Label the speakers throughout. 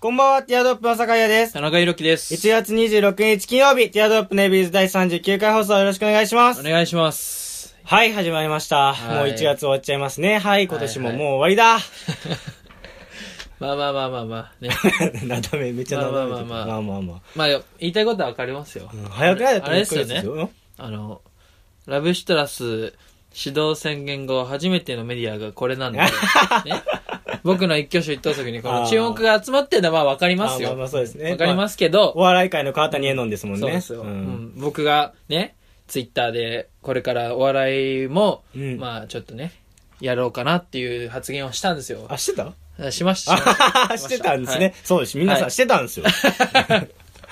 Speaker 1: こんばんは、ティアドロップの坂井です。
Speaker 2: 田中裕樹です。
Speaker 1: 1月26日金曜日、ティアドロップネイビーズ第39回放送よろしくお願いしま
Speaker 2: お
Speaker 1: す。
Speaker 2: 願いします。
Speaker 1: はい、始まりました。
Speaker 2: はい
Speaker 1: もう1月終わっちゃいますね。はい、今年も
Speaker 2: はい
Speaker 1: も
Speaker 2: は
Speaker 1: う
Speaker 2: い
Speaker 1: 終 わ
Speaker 2: まあまあまあまあまあ、ね。
Speaker 1: りだ。なだめ、めっちゃなだめてる。
Speaker 2: ま
Speaker 1: ま
Speaker 2: あ
Speaker 1: あ
Speaker 2: ま
Speaker 1: ま
Speaker 2: あ
Speaker 1: あまあ。
Speaker 2: まあ、言いたいことはわかりますよ。
Speaker 1: うん早くないだって
Speaker 2: あれですよね
Speaker 1: もう一ヶ月よ
Speaker 2: あの、ラブシトラス指導宣言後、初めてのメディアがこ れなんで、ね、僕の一挙手一投足にこの注目が集まってるのはまあわかりますよ。
Speaker 1: あまあまあそうですね
Speaker 2: わかりますけど、
Speaker 1: お笑い界の川谷絵音ですもんね。
Speaker 2: そうですよ、
Speaker 1: う
Speaker 2: うん
Speaker 1: ん
Speaker 2: 僕がね、ツイッターでこれからお笑いも、
Speaker 1: うん
Speaker 2: まあちょっとね、やろうかなっていう発言をしたんですよ。
Speaker 1: あ、してた
Speaker 2: しました。しま
Speaker 1: あ
Speaker 2: し
Speaker 1: したてたんです
Speaker 2: はい
Speaker 1: ね。そうです。皆さ
Speaker 2: は
Speaker 1: ん
Speaker 2: い
Speaker 1: してたんですよ。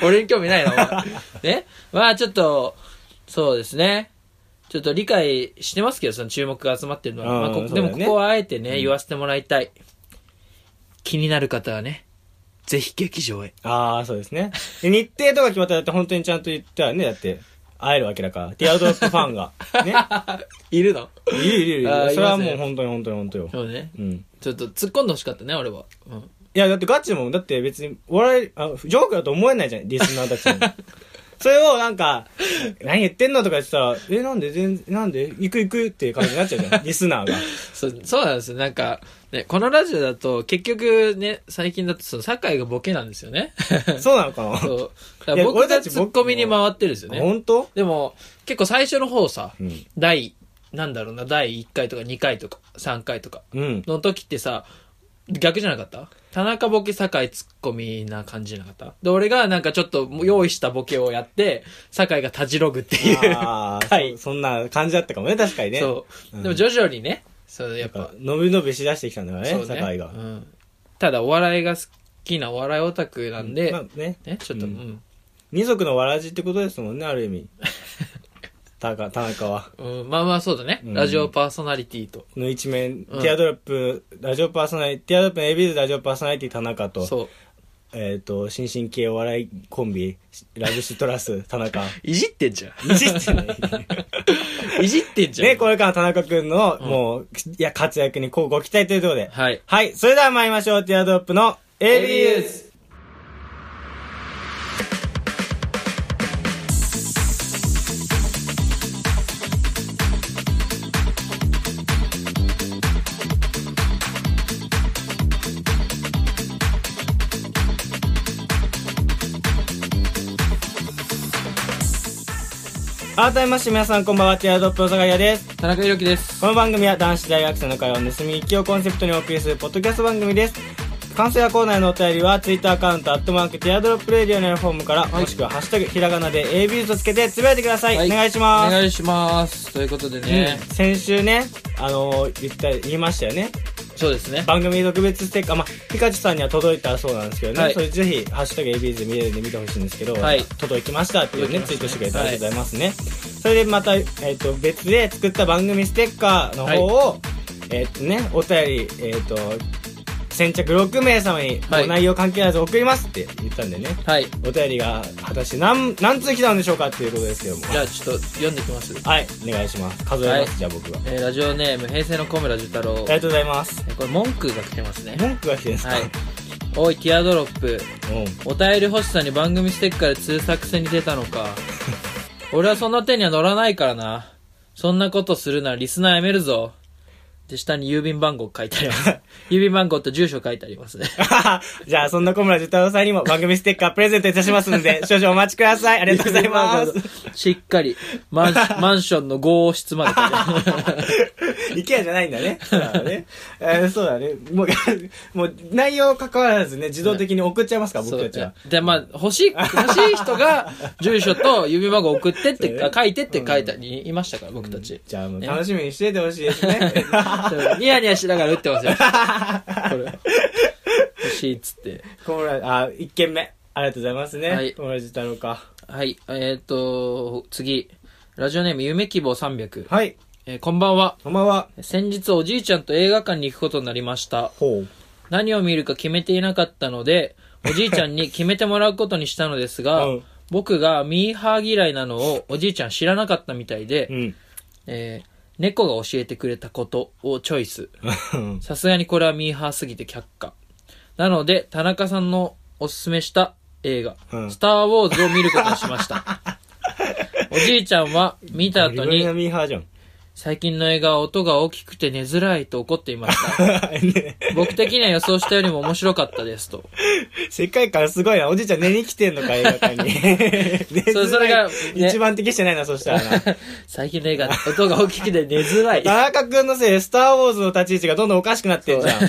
Speaker 2: 俺に興味ないな、お前 ね。まあちょっと、そうですね。ちょっと理解してますけど、その注目が集まってるのは。
Speaker 1: うん
Speaker 2: まあこ
Speaker 1: そう
Speaker 2: で
Speaker 1: だよ
Speaker 2: も
Speaker 1: ね
Speaker 2: ここはあえてね、言わせてもらいたい。気になる方はね、ぜひ劇場へ。
Speaker 1: ああ、そうですね。で日程とか決まったらだって本当にちゃんと言ったらね、だって会えるわけだから。ティアドロップファンが。ね。
Speaker 2: いるの
Speaker 1: いるいるいる
Speaker 2: あー。
Speaker 1: それはも
Speaker 2: いうます
Speaker 1: 本当に本当に本当よ。
Speaker 2: そうね。
Speaker 1: うん。
Speaker 2: ちょっと突っ込んでほしかったね、俺は。うん。
Speaker 1: いや、だってガチもん、だって別に、お笑い、あ、ジョークだと思えないじゃん、リスナーたちも。 それをなんか、何言ってんのとか言ってたら、え、なんで、全然、なんで、行く行くっていう感じになっちゃうじゃ ん、リスナーが。
Speaker 2: そうそうなんですよ。なんか、ね、このラジオだと、結局ね、最近だと、その、酒井がボケなんです よね。
Speaker 1: そうなのかな
Speaker 2: そう。だ
Speaker 1: い
Speaker 2: から
Speaker 1: や
Speaker 2: 僕
Speaker 1: 俺
Speaker 2: が
Speaker 1: たち
Speaker 2: 突っ込みに回ってるんですよね。
Speaker 1: 本当
Speaker 2: でも、結構最初の方さ、
Speaker 1: うん。
Speaker 2: 第、なんだろうな、第1回とか2回とか3回とか
Speaker 1: うん。
Speaker 2: の時ってさ、逆じゃなかった田中ボケ、酒井ツッコミな感じじゃなかったで、俺がなんかちょっと用意したボケをやって、酒井がたじろぐっていう。
Speaker 1: ああ、
Speaker 2: はい
Speaker 1: そそんな感じだったかもね、確かにね。
Speaker 2: そう、
Speaker 1: うん
Speaker 2: でも徐々にね、そう、やっ
Speaker 1: なん
Speaker 2: ぱ
Speaker 1: か、、伸び伸びしだしてきたんだから
Speaker 2: そう
Speaker 1: ね、酒井が
Speaker 2: う。ん。ただ、お笑いが好きなお笑いオタクなんで、
Speaker 1: まあね、
Speaker 2: ね、ちょっと、
Speaker 1: う
Speaker 2: うんん、
Speaker 1: 二足のわらじってことですもんね、ある意 味。たか田中は。
Speaker 2: うんまあまあそうだね、
Speaker 1: うん
Speaker 2: ラジオパーソナリティと。
Speaker 1: の一面、テ
Speaker 2: うん
Speaker 1: ィアドロップ、ラジオパーソナリティ、ティアドロップのエビーズラジオパーソナリティ田中と、
Speaker 2: そう。
Speaker 1: えっ、と、新進系お笑いコンビ、ラブシトラス、田中。
Speaker 2: いじってんじゃ
Speaker 1: いじってない。
Speaker 2: ん。いじってんじゃん。
Speaker 1: ね、これから田中くんの、もう、いや、活躍にこうご期待ということで。
Speaker 2: はい。
Speaker 1: はい、それでは参りましょう、ティアドロップのエビーズ
Speaker 2: ズ
Speaker 1: 改めまして皆さんこんばんは、ティアドロップの坂井です。
Speaker 2: 田中裕樹です
Speaker 1: この番組は男子大学生の会話を盗み聞きをコンセプトにお送りするポッドキャスト番組です。感想やコーナーへのお便りは、ツイッターアカウント、アットマーク、ティアドロップレディオのフォームから、もしくは、ハッシュタグ、ひらがなで AB とつけて、つぶやいてください。
Speaker 2: は
Speaker 1: お願いします。
Speaker 2: お願いしますということでね、
Speaker 1: うん先週ね、あのー言った、言いましたよね。
Speaker 2: そうですね
Speaker 1: 番組特別ステッカー、まあ、ピカチュウさんには届いたそうなんですけどね、
Speaker 2: はい
Speaker 1: それぜひ、ハッシュタグ AB ズ見れるんで見てほしいんですけど、
Speaker 2: はい
Speaker 1: 届きましたっていうね、ツイ
Speaker 2: 届
Speaker 1: ートし
Speaker 2: きましてた
Speaker 1: く
Speaker 2: ね
Speaker 1: れてありがとうございますね。それでまた、えっ、と、別で作った番組ステッカーの方を、えっ、とね、お便り、えっ、と、先着6名様に、
Speaker 2: はい
Speaker 1: もう内容関係ないず送りますって言ったんでね、
Speaker 2: はい
Speaker 1: お便りが果たして何、何通来たんでしょうかっていうことですけども。
Speaker 2: じゃあちょっと読んできます、
Speaker 1: はい、お願いします。数えます、
Speaker 2: はい
Speaker 1: じゃあ僕は。
Speaker 2: えーラジオネーム平成の小村寿太郎
Speaker 1: ありがとうございます。
Speaker 2: えーこれ文句が来てますね
Speaker 1: 文句が来てるんですか、
Speaker 2: はいおいティアドロップ
Speaker 1: うん。
Speaker 2: お便り欲しさに番組ステッカーで通作戦に出たの か俺はそんな手には乗らないからなそんなことするならリスナーやめるぞで下に郵便番号書いてあります 郵便番号と住所書いてありますね
Speaker 1: じゃあ、そんな小村寿太郎さんにも番組ステッカープレゼントいたしますの で、少々お待ちください。ありがとうございます。
Speaker 2: しっかり マンシマンションの号室まで書いてある
Speaker 1: イケアじゃないんだね。 そうだね。えーそうだね。もう、 もう内容関わらずね、自動的に送っちゃいますから、僕
Speaker 2: そう
Speaker 1: たちは。
Speaker 2: でまあ欲しい欲しい人が住所と指輪番号送 ってっ
Speaker 1: そう
Speaker 2: て
Speaker 1: ね
Speaker 2: あ書いてって書いたにいましたから僕たち、
Speaker 1: じゃあ、もう
Speaker 2: ね
Speaker 1: 楽しみにしててほしいです ね。
Speaker 2: そうニヤニヤしながら打ってますよこれ欲しいっつって
Speaker 1: 小村、あ、一件目。ありがとうございますね。
Speaker 2: はい
Speaker 1: 小村寿太郎か。
Speaker 2: はいえっ、と次ラジオネーム夢希望300、
Speaker 1: はい。
Speaker 2: えーこんばんは
Speaker 1: こんばんは。
Speaker 2: 先日おじいちゃんと映画館に行くことになりました
Speaker 1: ほう。
Speaker 2: 何を見るか決めていなかった ので、おじいちゃんに決めてもらうことにしたのですが、
Speaker 1: うん
Speaker 2: 僕がミーハー嫌いなのをおじいちゃん知らなかったみたいで、
Speaker 1: うん。
Speaker 2: えー猫が教えてくれたことをチョイス。さすがにこれはミーハーすぎて却下。なので、田中さんのおすすめした映画、
Speaker 1: うん
Speaker 2: スター・ウォーズを見ることにしました。 おじいちゃんは見た
Speaker 1: ゴ
Speaker 2: 後
Speaker 1: リゴリの
Speaker 2: に、
Speaker 1: ミーハーじゃ ん。
Speaker 2: 最近の映画は音が大きくて寝づらいと怒っていました。僕的には予想したよりも面白かったですと。
Speaker 1: 世界観すごいな。おじいちゃん寝に来てんのか、映画館 に。寝
Speaker 2: そう
Speaker 1: づ
Speaker 2: それ
Speaker 1: ら
Speaker 2: が
Speaker 1: い
Speaker 2: ね
Speaker 1: 一番適してないな、そしたらな。
Speaker 2: 最近の映画、音が大きくて寝づ らい。
Speaker 1: 田中君のせいで、スター・ウォーズの立ち位置がどんどんおかしくなってんじゃん。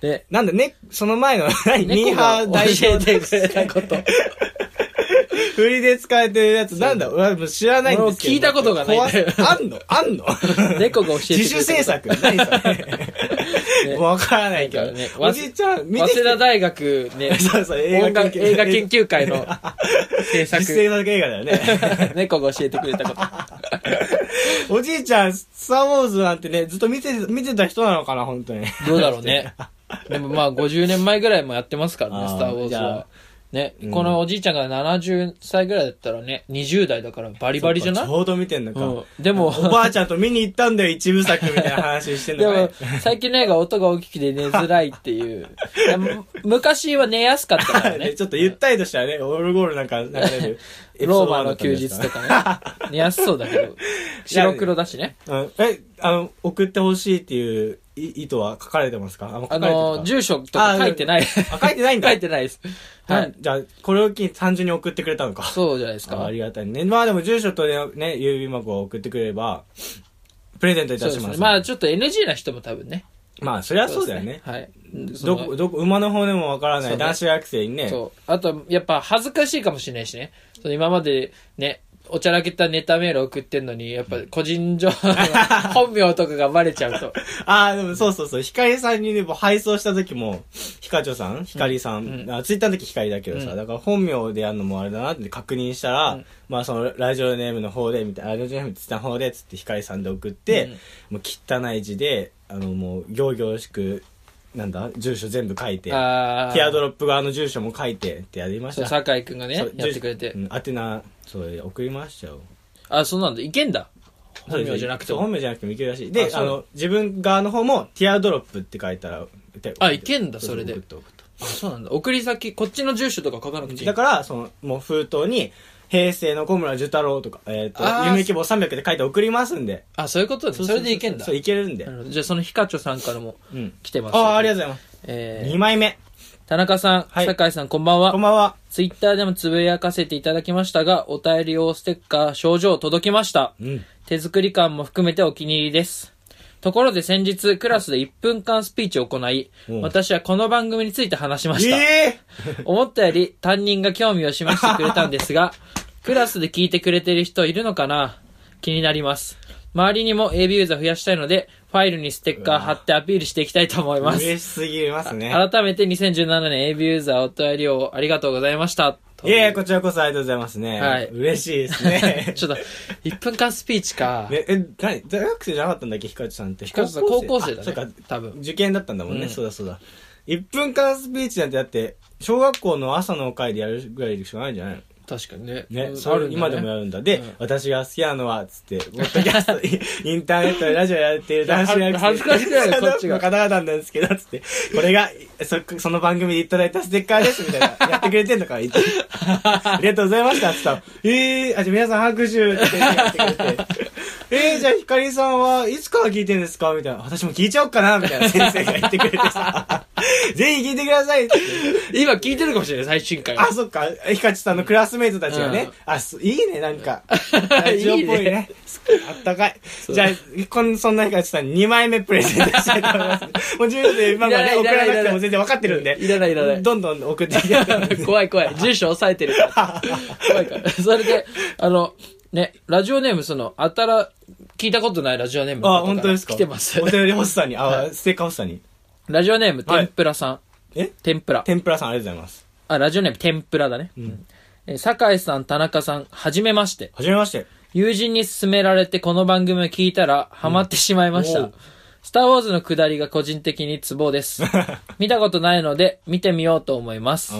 Speaker 2: で、
Speaker 1: なんだ、ね、その前の、何ミー
Speaker 2: 猫
Speaker 1: ハ
Speaker 2: が
Speaker 1: ー代
Speaker 2: 教え
Speaker 1: 表
Speaker 2: てくれたこと。
Speaker 1: 振りで使えてるやつ、なんだ、俺はもう知らないんですけど。
Speaker 2: 俺も聞いたことがない
Speaker 1: 怖あんのあんの
Speaker 2: 猫が教えてくれたこと
Speaker 1: 自主制作何それ
Speaker 2: ね
Speaker 1: わからないけど。
Speaker 2: なんかね
Speaker 1: おじいちゃん、見
Speaker 2: 早
Speaker 1: てき
Speaker 2: 稲田
Speaker 1: て。
Speaker 2: 大学 ね、
Speaker 1: そうそう、
Speaker 2: 音楽映画研
Speaker 1: 究。
Speaker 2: 究 会の制
Speaker 1: 自主制
Speaker 2: 作。
Speaker 1: 作映画だよね。
Speaker 2: 猫が教えてくれたこと。
Speaker 1: おじいちゃん、スター・ウォーズなんてね、ずっと見て、見てた人なのかな、本 当に。
Speaker 2: どうだろうね。でもまあ50年前ぐらいもやってますからね、
Speaker 1: あー
Speaker 2: スター・ウォーズ
Speaker 1: じゃあ
Speaker 2: は。ね、
Speaker 1: うん
Speaker 2: このおじいちゃんが70歳ぐらいだったらね、20代だからバリバリじゃない
Speaker 1: ちょうど見てんのか。
Speaker 2: うんでも
Speaker 1: おばあちゃんと見に行ったんだよ、一部作みたい な話してん
Speaker 2: で
Speaker 1: のかね
Speaker 2: も。、最近の映画音が大きくて寝づらいっ ていう。いやむ昔は寝やすかったからね
Speaker 1: ね。ちょっとゆったりとしたらね、オールゴールなんか 流れる。
Speaker 2: ローマの休日とかね。寝やすそうだけ ど。白黒だしね。
Speaker 1: うんえ、あの、送ってほしいっていうい意図は書かれてますかあの、書か
Speaker 2: あ
Speaker 1: れてるか
Speaker 2: の、住所とか書いてない。
Speaker 1: あ書いてないんだ
Speaker 2: 書いてな いです。は。
Speaker 1: ないじゃあ、これを機に単純に送ってくれたのか。
Speaker 2: そうじゃないです
Speaker 1: あ
Speaker 2: か
Speaker 1: あ。りがたいね。まあでも、住所とね、郵便箱を送ってくれれば、プレゼントい
Speaker 2: そ
Speaker 1: た
Speaker 2: う
Speaker 1: し
Speaker 2: です
Speaker 1: ま
Speaker 2: ね。
Speaker 1: す。
Speaker 2: まあちょっと NG な人も多分ね。
Speaker 1: まあ、そりゃそうだよね。
Speaker 2: はい。
Speaker 1: どこ、どこ、馬の骨もわから
Speaker 2: そう
Speaker 1: ない
Speaker 2: ね
Speaker 1: 男子学生にね、
Speaker 2: そう。あと、やっぱ恥ずかしいかもしれないしね。その今までね、おちゃらけたネタメール送ってんのに、やっぱ個人情 報、本名とかがバレちゃうと。
Speaker 1: ああ、でもそうそうそう。ひかりさんにね、配送した時も、ひかちょさんひかりさん、
Speaker 2: うん
Speaker 1: あツイッターの時ひかりだけどさ、
Speaker 2: うん
Speaker 1: だから本名でやるのもあれだなって確認したら、
Speaker 2: うん
Speaker 1: まあそのラジオネームの方で、みたいな、ラジオネームツイッターの方で、つってひかりさんで送って、もう汚い字で、あのもう行々しく、なんだ、住所全部書いて、テ
Speaker 2: あー
Speaker 1: ィアドロップ側の住所も書いてってやりまし
Speaker 2: そう、
Speaker 1: た。
Speaker 2: 酒井くんがね
Speaker 1: そう、
Speaker 2: やってくれ
Speaker 1: 住。
Speaker 2: て
Speaker 1: 所うん宛名、そう、送りましたよ。
Speaker 2: あ、そうなんだ。いけんだ。本名じゃなくて
Speaker 1: そう
Speaker 2: も。
Speaker 1: 本名じゃなくてもいけるらしいで
Speaker 2: あ
Speaker 1: あ
Speaker 2: そう
Speaker 1: の自分側の方も「ティアドロップ」って書いたらで
Speaker 2: あいけんだそれで
Speaker 1: 送って送って
Speaker 2: あそうなんだ。送り先、こっちの住所とか書かなくていい。
Speaker 1: だからそのもう封筒に「平成の小村寿太郎」とか「えー、と
Speaker 2: あー
Speaker 1: 夢規模300」って書いて送りますんで
Speaker 2: あ、そういうことね。それでいけんだ
Speaker 1: そう。いけるんで
Speaker 2: なるほどじゃあそのヒカチョさんからも
Speaker 1: うん
Speaker 2: 来てます。
Speaker 1: ああーありがとうございます、
Speaker 2: え
Speaker 1: 二
Speaker 2: ー
Speaker 1: 2枚目
Speaker 2: 田中さん、
Speaker 1: はい
Speaker 2: 酒井さん、こんばんは
Speaker 1: こん。ばんは
Speaker 2: ツイッターでもつぶやかせていただきましたが、お便り用ステッカー、症状届きました。
Speaker 1: うん
Speaker 2: 手作り感も含めてお気に入りです。ところで先日、クラスで1分間スピーチを行い
Speaker 1: うん、
Speaker 2: 私はこの番組について話しました。
Speaker 1: え
Speaker 2: 思ったより担任が興味を示してくれたんで すが、クラスで聞いてくれてる人いるのかな気になります。周りにも AB ユーザー増やしたいので、ファイルにステッカー貼ってアピールしていきたいと思い
Speaker 1: ー、
Speaker 2: ます。
Speaker 1: 嬉しすぎますね
Speaker 2: 改めて2017年 AB ユーザーお便りをありがとうございました。
Speaker 1: いやいやこちらこそありがとうございますね、
Speaker 2: はい
Speaker 1: 嬉しいですね
Speaker 2: ちょっと、1分間スピーチか。
Speaker 1: ね え、何大学生じゃなかったんだっけヒカルさんって。
Speaker 2: ヒカルさん高校生だね
Speaker 1: あそうか、
Speaker 2: 多分
Speaker 1: 受験だったんだもんね。
Speaker 2: うん
Speaker 1: そうだそうだ。1分間スピーチなんてだって、小学校の朝の会でやるぐらいしかないんじゃないの
Speaker 2: 確かにね。
Speaker 1: ね、
Speaker 2: うん
Speaker 1: それ今でもや
Speaker 2: るんだね。
Speaker 1: るんだ。で、
Speaker 2: うん
Speaker 1: 私が好きなのは、つって、ポッドキャスト、 インターネットでラジオやってる男子や
Speaker 2: 恥ずかしくないよこっちが
Speaker 1: 方々なんですけど、つって、これが、そ、その番組でいただいたステッカーです、みたいな。やってくれてんのか、言 って。ありがとうございました、つったら、えー、あ、じゃあ皆さん拍手ってやってくれて。 えー、じゃあひかりさんはいつから聞いてるんですかみたいな。私も聞いちゃおうかなみたいな先生が言ってくれて さ。ぜひ聞いてくださいって。
Speaker 2: 今聞いてるかもしれない、最新回は
Speaker 1: あ、そっか。ひかちさんのクラスメイトたちが
Speaker 2: う
Speaker 1: ね
Speaker 2: ん。
Speaker 1: あ、すいいね、なんか。ラジオっぽい
Speaker 2: いい
Speaker 1: ね
Speaker 2: ね。
Speaker 1: あったかい。じゃあ、こんそんなひかちさんに2枚目プレゼントしたいと思います。もう10で今まで送らなく
Speaker 2: いらない
Speaker 1: て
Speaker 2: いらないいらな
Speaker 1: も
Speaker 2: い
Speaker 1: 全然わかってるんで。
Speaker 2: いらないいらない
Speaker 1: どんどん送ってい ただいて。
Speaker 2: 怖い怖い。住所押さえてるから。怖いから。 それで、あの、ね、ラジオネーム、その、あたら、聞いたことないラジオネームの
Speaker 1: あ、
Speaker 2: 方ら
Speaker 1: 本当ですか
Speaker 2: 来てます
Speaker 1: お。便り欲しさんに、あ、ステッカー欲しさに。
Speaker 2: ラジオネーム、天ぷらさん。
Speaker 1: え
Speaker 2: 天ぷら。
Speaker 1: 天ぷらさんありがとうございます。
Speaker 2: あ、ラジオネーム、天ぷらだね。えー酒井さん、田中さん、はじめまして。
Speaker 1: はじめまして。
Speaker 2: 友人に勧められてこの番組を聞いたら、ハマってしまいました。
Speaker 1: おう
Speaker 2: スター・ウォーズの下りが個人的にツ ボです。見たことないので、見てみようと思います。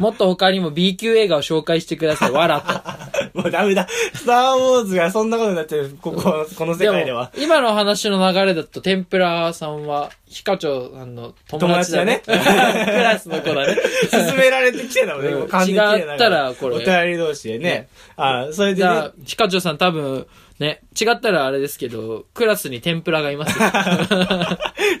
Speaker 2: もっと他にも B 級映画を紹介してください。わらと。
Speaker 1: もうダメだ。スターウォーズがそんなことになってる、ここ、この世界では。
Speaker 2: も、今の話の流れだと、天ぷらさんは、ヒカチョさんの友達だね。
Speaker 1: 友
Speaker 2: クラスの子だね。
Speaker 1: 勧められてきてたもんね、
Speaker 2: うん
Speaker 1: 今完全に来てな
Speaker 2: 違
Speaker 1: い
Speaker 2: ったらこれ
Speaker 1: お便り同士でね
Speaker 2: ね。
Speaker 1: あそれ
Speaker 2: じ
Speaker 1: で
Speaker 2: ゃ
Speaker 1: ね
Speaker 2: あ、、ヒカチョさん多分、ね、違ったらあれですけど、クラスに天ぷらがいますよ。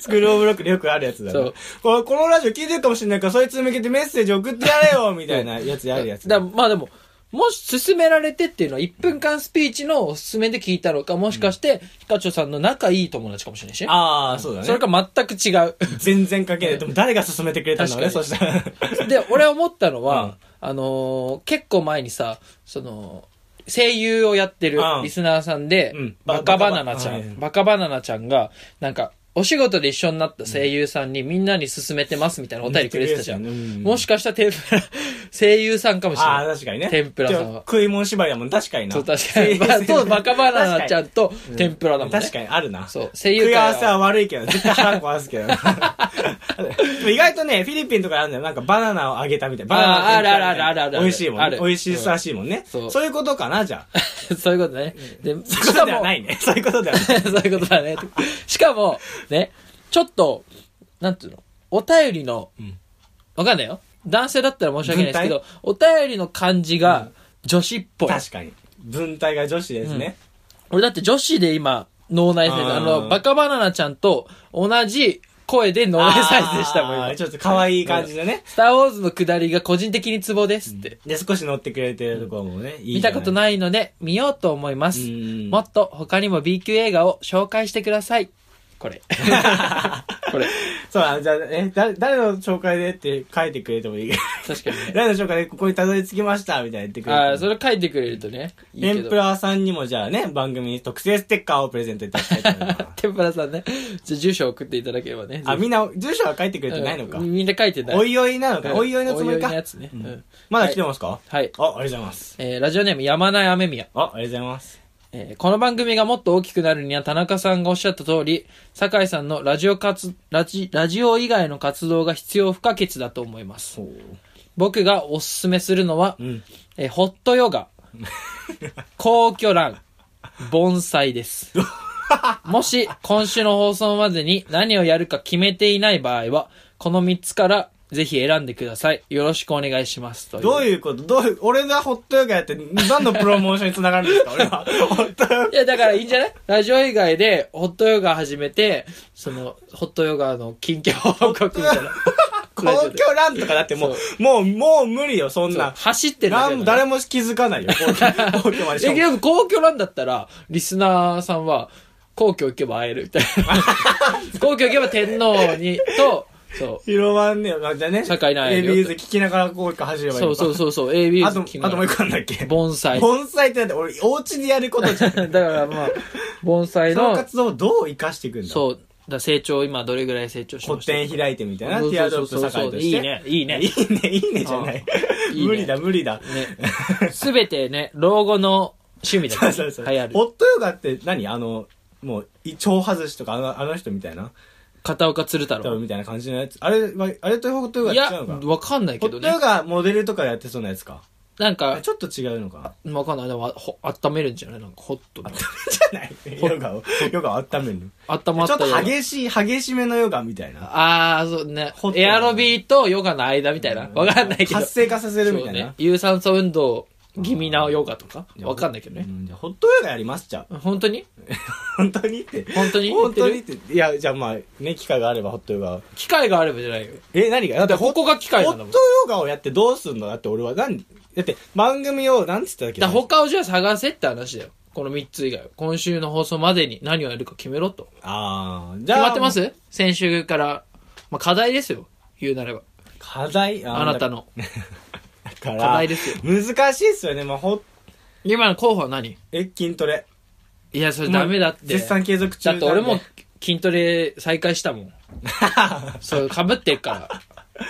Speaker 1: スクロールブロックでよくあるやつだ
Speaker 2: そ
Speaker 1: ね
Speaker 2: う。
Speaker 1: これこのラジオ聞いてるかもしれないから、そいつに向けてメッセージ送ってやれよみたいなやつやるやつ。
Speaker 2: だまあでも、もし勧められてっていうのは1分間スピーチのおすすめで聞いたのか、もしかして、ヒカチョさんの仲いい友達かもしれないしね。
Speaker 1: ああ、そうだね。
Speaker 2: それか全く違う。
Speaker 1: 全然関係ない。でも誰が勧めてくれたんだろうね、そ
Speaker 2: 確
Speaker 1: したら。
Speaker 2: で、俺思ったのは、
Speaker 1: うん
Speaker 2: あのー結構前にさ、その、声優をやってる
Speaker 1: うん
Speaker 2: リスナーさんで、
Speaker 1: うん
Speaker 2: バカバナナち
Speaker 1: バ
Speaker 2: ゃ
Speaker 1: カバナ
Speaker 2: ん、バカバナナちゃんが、なんか、お仕事で一緒になった声優さんにみんなに勧めてますみたいなお便りくれてたじゃん。
Speaker 1: うん
Speaker 2: もしかしたら天ぷら、声優さんかもしれ
Speaker 1: ああ、
Speaker 2: ない。
Speaker 1: 確かにね。
Speaker 2: 天ぷらさんは
Speaker 1: ちょ食い物縛りだもん、確かにな。
Speaker 2: そう、確かに。ま あそう、バカバナナちゃんと天ぷらだもんね。
Speaker 1: 確かにあるな。
Speaker 2: そう、声優
Speaker 1: 食
Speaker 2: 界
Speaker 1: い合わせ
Speaker 2: は
Speaker 1: は悪いけど、絶対腹壊すけ ど。でも意外とね、フィリピンとかあるんだよ。なんかバナナをあげたみたいな。バナナ
Speaker 2: あ
Speaker 1: の天
Speaker 2: ー
Speaker 1: ぷらみたいな
Speaker 2: あるあるあるあるある
Speaker 1: 美味しいも
Speaker 2: あ
Speaker 1: んね。
Speaker 2: る
Speaker 1: 美味しいらしいもんね。
Speaker 2: そう
Speaker 1: そういうことかな、じゃあ。
Speaker 2: そういうことね。
Speaker 1: そ
Speaker 2: で、
Speaker 1: ういう
Speaker 2: し
Speaker 1: こと
Speaker 2: か
Speaker 1: では
Speaker 2: も
Speaker 1: な、 いね。そういうことではない。
Speaker 2: そういうことだね。しかも、ね、ちょっと、なんていうの、お便りの
Speaker 1: ん、
Speaker 2: わかんないよ。男性だったら申し訳ないですけど、お便りの感じが女子っぽい。
Speaker 1: 確かに。文体が女子ですね。
Speaker 2: 俺だって女子で今、脳内再生、
Speaker 1: あー
Speaker 2: あの、バカバナナちゃんと同じ声で脳
Speaker 1: あ
Speaker 2: 内
Speaker 1: ー
Speaker 2: 再生したもん、今。
Speaker 1: ちょっと可愛い感じのね。
Speaker 2: スターウォーズの下りが個人的にツボですって。
Speaker 1: で、少し乗ってくれてるところもね、いい
Speaker 2: 見たこと
Speaker 1: い。
Speaker 2: ないので、見ようと思います。
Speaker 1: うん
Speaker 2: もっと他にも B 級映画を紹介してください。これ。これ。
Speaker 1: そうだ、じゃあ、え、誰誰の紹介でって書いてくれてもいいけど
Speaker 2: 確かにね。
Speaker 1: 誰の紹介でここにたどり着きましたみたいな言ってくれても。
Speaker 2: ああ、それ書いてくれるとね。いいけ
Speaker 1: 天
Speaker 2: ど。
Speaker 1: ぷ。らさんにもじゃあね、番組に特製ステッカーをプレゼントいただきたいと思います
Speaker 2: 天ぷらさんね。じゃあ住所送っていただければね。
Speaker 1: あ、
Speaker 2: ぜ
Speaker 1: みんな、住所は書いてく
Speaker 2: ひ
Speaker 1: れてないのか
Speaker 2: うん。みんな書いてない。
Speaker 1: おいおいなの
Speaker 2: う
Speaker 1: か。
Speaker 2: ん
Speaker 1: おいおいのつもり
Speaker 2: おいおいの
Speaker 1: か。
Speaker 2: やつね。う
Speaker 1: うん
Speaker 2: ん。
Speaker 1: まだ来てますかあ、あ
Speaker 2: はい。
Speaker 1: りがとうございます。
Speaker 2: えーラジオネーム、やまない雨宮。
Speaker 1: あ、ありがとうございます。
Speaker 2: えーこの番組がもっと大きくなるには田中さんがおっしゃった通り、酒井さんのラジオ活、ラジ、ラジオ以外の活動が必要不可欠だと思います。
Speaker 1: そう。
Speaker 2: 僕がおすすめするのは、
Speaker 1: うん。
Speaker 2: えーホットヨ ガ、皇居ラン、盆栽です。もし、今週の放送までに何をやるか決めていない場合は、この3つからぜひ選んでください。よろしくお願いします。と
Speaker 1: どう
Speaker 2: う
Speaker 1: いうことどういう、俺がホットヨガやって、何のプロモーションにつながるんですか俺は。ホッ トヨ
Speaker 2: いや、だからいいんじゃないラジオ以外で、ホットヨガ始めて、その、ホットヨガの近況報告みた いな。
Speaker 1: ガ。公共ランとかだってもう、もう、もう無理よ、そん
Speaker 2: そう
Speaker 1: な。
Speaker 2: 走ってるだ
Speaker 1: な
Speaker 2: け
Speaker 1: ん
Speaker 2: だ
Speaker 1: 誰も気づかないよ、 公共公共までし
Speaker 2: え、
Speaker 1: かも
Speaker 2: でも皇居なんだったら、リスナーさんは、皇居行けば会えるみたい な。皇居行けば天皇に、と、そう。
Speaker 1: 広まんねえよ。まあじゃあね。
Speaker 2: 社会
Speaker 1: エ
Speaker 2: 内よ
Speaker 1: ビーズ聞きながら公共走ればいい
Speaker 2: そ
Speaker 1: の
Speaker 2: う
Speaker 1: か。
Speaker 2: そうそうそう、AB
Speaker 1: あと、あともう一個なんだっけ
Speaker 2: 盆栽。
Speaker 1: 盆栽ってだって俺、お家でやることじゃん。
Speaker 2: だからまあ、盆栽
Speaker 1: その
Speaker 2: の、
Speaker 1: 活動をどう生かしていくんだ
Speaker 2: そう、だ成長、今どれぐらい成長し
Speaker 1: 個
Speaker 2: ました
Speaker 1: 展開いてみたいな、テ
Speaker 2: そうそうそう
Speaker 1: ィアドロップ酒井として。
Speaker 2: いいね、いいね
Speaker 1: い。いね、いいねじゃない。
Speaker 2: いいね
Speaker 1: 無理だ、無理だ。
Speaker 2: ね。すべてね、老後の趣味だか
Speaker 1: そう
Speaker 2: ら、
Speaker 1: そうそう。
Speaker 2: 流行
Speaker 1: ホ
Speaker 2: る。
Speaker 1: ットヨガって何あの、もう、い超外しとか、あのあの人みたいな、
Speaker 2: 片岡鶴
Speaker 1: 多
Speaker 2: 太
Speaker 1: 分
Speaker 2: 郎。
Speaker 1: みたいな感じのやつ。あれは、あれとホットヨガ
Speaker 2: い
Speaker 1: 違
Speaker 2: や、
Speaker 1: うのか
Speaker 2: わかんない
Speaker 1: ホ
Speaker 2: け
Speaker 1: ッ
Speaker 2: ど
Speaker 1: トヨ
Speaker 2: ね。
Speaker 1: ガモデルとかやってそうなやつか。
Speaker 2: なんか、
Speaker 1: ちょっと違うの か。
Speaker 2: わかんない。でも、ほ温めるんじゃないなんか、ホットな。
Speaker 1: じゃないヨガを、ヨガを温めるの。
Speaker 2: 温まっ
Speaker 1: ちょ
Speaker 2: た
Speaker 1: っと
Speaker 2: ような
Speaker 1: 激しい、激しめのヨガみたいな。
Speaker 2: ああ、そうね
Speaker 1: ホッ。トな
Speaker 2: エアロビーとヨガの間みたいな。わかんないけど。
Speaker 1: 活性化させるみ
Speaker 2: そ
Speaker 1: た
Speaker 2: う
Speaker 1: い
Speaker 2: ね
Speaker 1: な。。
Speaker 2: 有酸素運動気味なヨガとかわかんないけど
Speaker 1: う
Speaker 2: ね。
Speaker 1: んじゃあホットヨガやりますじゃ あ。
Speaker 2: 本当に
Speaker 1: 本当にって。
Speaker 2: 本当に
Speaker 1: 本当に
Speaker 2: 言
Speaker 1: って。いや、じゃあまあ、ね、機会があればホットヨガ。
Speaker 2: 機会があればじゃないよ。
Speaker 1: え、何がだって
Speaker 2: ここが機
Speaker 1: ホ
Speaker 2: 会
Speaker 1: ッ
Speaker 2: なんだ
Speaker 1: ト
Speaker 2: もん。
Speaker 1: ヨ
Speaker 2: だか
Speaker 1: ガをやってどうすんのだって俺は、なん、だって番組を、なんつったっけ
Speaker 2: ら他をじゃあ探せって話だよ。この3つ以外は。今週の放送までに何をやるか決めろと。
Speaker 1: あー、じゃあ。
Speaker 2: 決まってます先週から。まあ、課題ですよ。言うなれば。
Speaker 1: 課題ー
Speaker 2: あなたの。
Speaker 1: だから、
Speaker 2: 課題ですよ
Speaker 1: 難しいっすよね。まあ、ほ、
Speaker 2: 今の候補は何
Speaker 1: え、筋トレ。
Speaker 2: いや、それダメだって。
Speaker 1: 絶賛継続中
Speaker 2: だって俺
Speaker 1: なん
Speaker 2: も
Speaker 1: で
Speaker 2: 筋トレ再開し たもん。そう、被ってっから。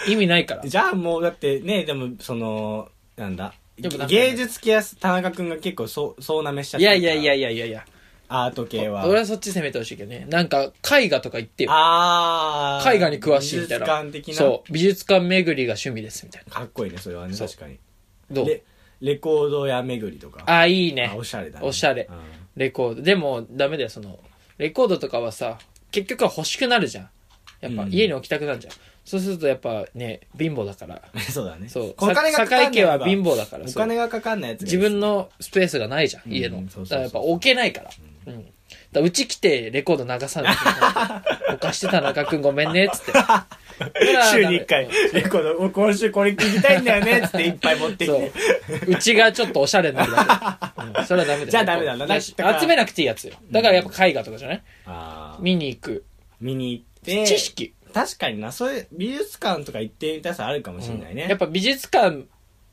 Speaker 2: 意味な いから。
Speaker 1: じゃあもう、だってね、でも、その、なんだ。
Speaker 2: でもなんかね
Speaker 1: 芸術系は田中くんが結構そう、そうなめしちゃっ
Speaker 2: い
Speaker 1: てる
Speaker 2: や
Speaker 1: から
Speaker 2: いやいやいやいやいや。
Speaker 1: アート系は。
Speaker 2: 俺はそっち攻めてほしいけどね。なんか、絵画とか行ってよ。
Speaker 1: あー
Speaker 2: 絵画に詳しいみたいな。
Speaker 1: 美術館的な。
Speaker 2: そう。美術館巡りが趣味ですみたいな。
Speaker 1: かっこいいね、それはね、
Speaker 2: そう
Speaker 1: 確かに。
Speaker 2: どう
Speaker 1: で、レコード屋巡りとか。
Speaker 2: あ、いいね
Speaker 1: あ。おしゃれだね。
Speaker 2: おしゃれ
Speaker 1: うん
Speaker 2: レコード。でも、ダメだよ、その、レコードとかはさ、結局は欲しくなるじゃん。やっぱ、
Speaker 1: うん
Speaker 2: 家に置きたくなるじゃん。そうすると、やっぱね、貧乏だから。
Speaker 1: そうだね。
Speaker 2: そう。
Speaker 1: お金がかかん
Speaker 2: さ
Speaker 1: ない
Speaker 2: 堺家は貧乏だから。
Speaker 1: お
Speaker 2: そう
Speaker 1: 金がかかんないやつがいい
Speaker 2: 自分のスペースがないじゃん、家の。
Speaker 1: うんそうそうそう
Speaker 2: だからやっぱ置けないから。うん。だからうち来てレコード流さな い。犯してた中くんごめんね、つって。だから
Speaker 1: 週に1回
Speaker 2: うん、
Speaker 1: レコード、今週これ聞きたいんだよねっつっていっぱい持ってき
Speaker 2: そう
Speaker 1: て。。
Speaker 2: うちがちょっとおしゃれになるだけ、うんそれはダメだよ
Speaker 1: じゃあダメなんだ
Speaker 2: から
Speaker 1: だから
Speaker 2: 集めなくていいやつよ。だからやっぱ絵画とかじゃない
Speaker 1: あー
Speaker 2: 見に行く。
Speaker 1: 見に行って。
Speaker 2: 知。識。
Speaker 1: 確かにな、そういう美術館とか行ってみたさあるかもしれないね。
Speaker 2: やっぱ美術館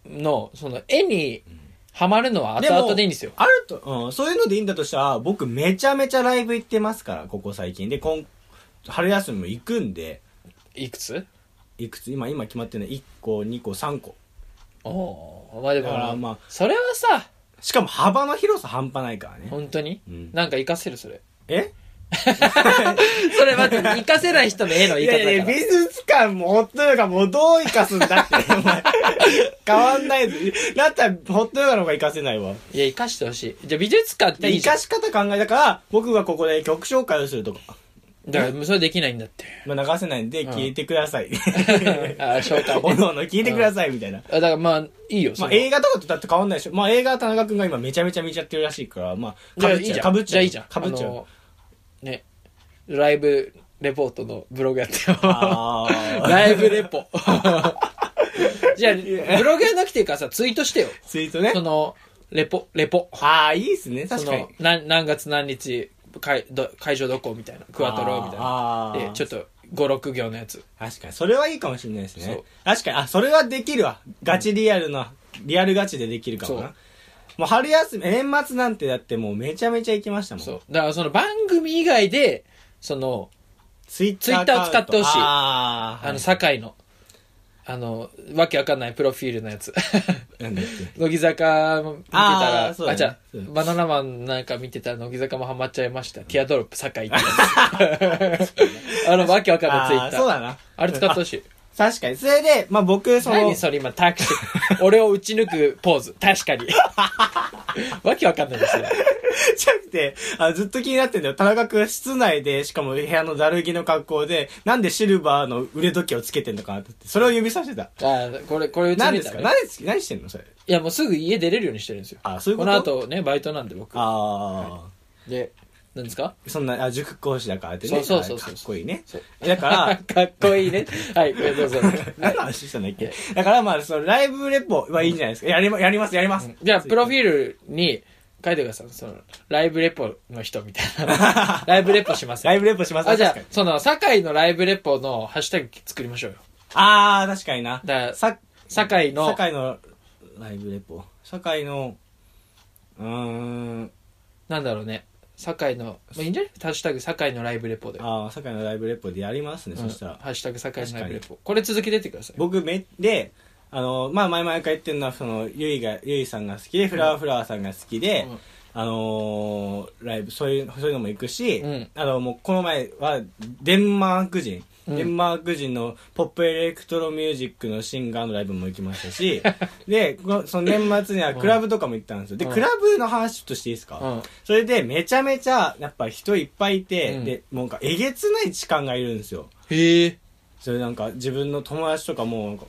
Speaker 2: の、その絵にハマるのは後々でいいんですよ。
Speaker 1: あると、うん、そういうのでいいんだとしたら、僕めちゃめちゃライブ行ってますから、ここ最近。で、今、春休みも行くんで、
Speaker 2: いくつ
Speaker 1: いくつ今、今決まってない。1個、2個、3個。
Speaker 2: おおーまあで
Speaker 1: だから
Speaker 2: も、
Speaker 1: まあ
Speaker 2: それはさ、
Speaker 1: しかも幅の広さ半端ないからね。
Speaker 2: 本当に、
Speaker 1: うん
Speaker 2: なんか活かせる、それ。
Speaker 1: え
Speaker 2: それ待って、活かせない人の絵の言い方だから。
Speaker 1: 術館もホットヨガもどう生かすん だって、お前。変わんないぞ。だったら、ホットヨガの方が生かせないわ。
Speaker 2: いや、生かしてほしい。じゃあ美術館ってい
Speaker 1: 生
Speaker 2: いじゃん
Speaker 1: か。し方考えたから、僕がここで曲紹介をするとか、
Speaker 2: だから、それできないん だって。
Speaker 1: まあ、流せないんで、
Speaker 2: うん
Speaker 1: 聞いてください。
Speaker 2: ああ、紹介
Speaker 1: お
Speaker 2: ね。
Speaker 1: のおの聞いてください、みたいな。
Speaker 2: あだからまあ、いいよ、
Speaker 1: ま
Speaker 2: そ
Speaker 1: あ、
Speaker 2: れ
Speaker 1: 映画とかとだって変わんないでしょ。まあ、映画は田中君が今めちゃめちゃ見ちゃってるらしいから、まあ、
Speaker 2: じ
Speaker 1: か
Speaker 2: ゃあ
Speaker 1: ぶっ
Speaker 2: いい
Speaker 1: ち
Speaker 2: じ
Speaker 1: ゃう。
Speaker 2: ゃん。
Speaker 1: かぶっち
Speaker 2: じ
Speaker 1: ゃ
Speaker 2: ゃ
Speaker 1: う。
Speaker 2: あいいじゃん。
Speaker 1: かぶっちゃ
Speaker 2: あ
Speaker 1: う。
Speaker 2: のね、ライブレポートのブログやってよ。
Speaker 1: あー
Speaker 2: ライブレポ。 じゃあ、ブログやなくていいからさ、ツイートしてよ。
Speaker 1: ツイートね
Speaker 2: そ。の、レポ、レポ。
Speaker 1: ああ、いいっすね、
Speaker 2: そ
Speaker 1: 確かに
Speaker 2: の。、何何月何日、会ど会場どこみたいな。クワトロみたい
Speaker 1: あ
Speaker 2: な。
Speaker 1: ー
Speaker 2: で、ちょっと、5、6行のやつ。
Speaker 1: 確かに、それはいいかもしれないです
Speaker 2: そ
Speaker 1: ね
Speaker 2: う。
Speaker 1: 確かに、あ、それはできるわ。ガチリアルな、リアルガチでできるかも
Speaker 2: そう
Speaker 1: な。もう春休み、年末なんてだってもうめちゃめちゃ行きましたもん。
Speaker 2: そう。だからその番組以外で、その、
Speaker 1: ツイッ
Speaker 2: ツイッターを使ってほしい
Speaker 1: あー
Speaker 2: あの、堺の、あの、わけわかんないプロフィールのやつ。
Speaker 1: なんだっけ
Speaker 2: 乃木坂見てた
Speaker 1: あ
Speaker 2: ら、
Speaker 1: ー
Speaker 2: あ,、
Speaker 1: そうだね
Speaker 2: じゃ
Speaker 1: そうだ
Speaker 2: あ、バナナマンなんか見てたら乃木坂もハマっちゃいました。ティアドロップ堺ってや つ。あの、わけわかんないツイ
Speaker 1: あ
Speaker 2: ッ
Speaker 1: ー
Speaker 2: タ
Speaker 1: そう
Speaker 2: ー。
Speaker 1: だな。
Speaker 2: あれ使ってほしい。
Speaker 1: 確かに。それで、まあ僕、その
Speaker 2: 何、それ今、タクシー。俺を打ち抜くポーズ。確かに。わけわかんないですよ。
Speaker 1: じゃなくて、あずっと気になってんだよ。田中君は室内で、しかも部屋のざる着の格好で、なんでシルバーの腕時計をつけてんのかなって。それを指さしてた。
Speaker 2: あーこれ、これ打ち
Speaker 1: 何
Speaker 2: 抜
Speaker 1: で
Speaker 2: い
Speaker 1: す
Speaker 2: た
Speaker 1: から
Speaker 2: ね。
Speaker 1: 何です何してんのそれ。
Speaker 2: いや、もうすぐ家出れるようにしてるんですよ。
Speaker 1: あそういうこと
Speaker 2: この後ね、バイトなんで僕。
Speaker 1: ああ。
Speaker 2: で、何ですか
Speaker 1: そんな、あ、塾講師だからってね。
Speaker 2: そうそうそ
Speaker 1: は
Speaker 2: うそう
Speaker 1: いかっこいいね
Speaker 2: そう。
Speaker 1: だから、
Speaker 2: かっこいいね。はい、どうぞ。
Speaker 1: 何の話したんだっけだからまあ、そのライブレポはいいんじゃないですか。やりま、やります、やります。
Speaker 2: じゃあ、プロフ
Speaker 1: ィ
Speaker 2: ィールに書いてください。その、ライブレポの人みたい な。ライブレポします。
Speaker 1: ライブレポします。
Speaker 2: あ、じゃ
Speaker 1: 確
Speaker 2: あ
Speaker 1: かに、
Speaker 2: その、堺のライブレポのハッシュタグ作りましょうよ。
Speaker 1: あー、確かにな。
Speaker 2: だから
Speaker 1: さ、
Speaker 2: 堺の、
Speaker 1: 堺のライブレポ。堺の、うーん、
Speaker 2: なんだろうね。堺の、まあ、いいんじゃないハッシュタグ堺のライブレポで。
Speaker 1: あー、堺のライブレポでやりますね、
Speaker 2: うん
Speaker 1: そしたら。
Speaker 2: ハッシュタグ堺のライブレポ。これ続けてってください。
Speaker 1: 僕め、で、あの、まあ、前々から言ってるのは、その、ゆいが、ゆいさんが好きで、フラワーフラワーさんが好きで、
Speaker 2: うん
Speaker 1: あのーライブ、そういう、そういうのも行くし、
Speaker 2: うん
Speaker 1: あの、もうこの前は、デンマーク人、
Speaker 2: うん
Speaker 1: デンマーク人のポップエレクトロミュージックのシンガーのライブも行きました し、で、こその年末にはクラブとかも行ったんですよ。で、
Speaker 2: うん
Speaker 1: クラブの話としていいですか、
Speaker 2: うん
Speaker 1: それで、めちゃめちゃ、やっぱ人いっぱいいて、
Speaker 2: うん
Speaker 1: で、もうなんかえげつない時間がいるんですよ。
Speaker 2: へえ。
Speaker 1: それなんか自分の友達とかもなんか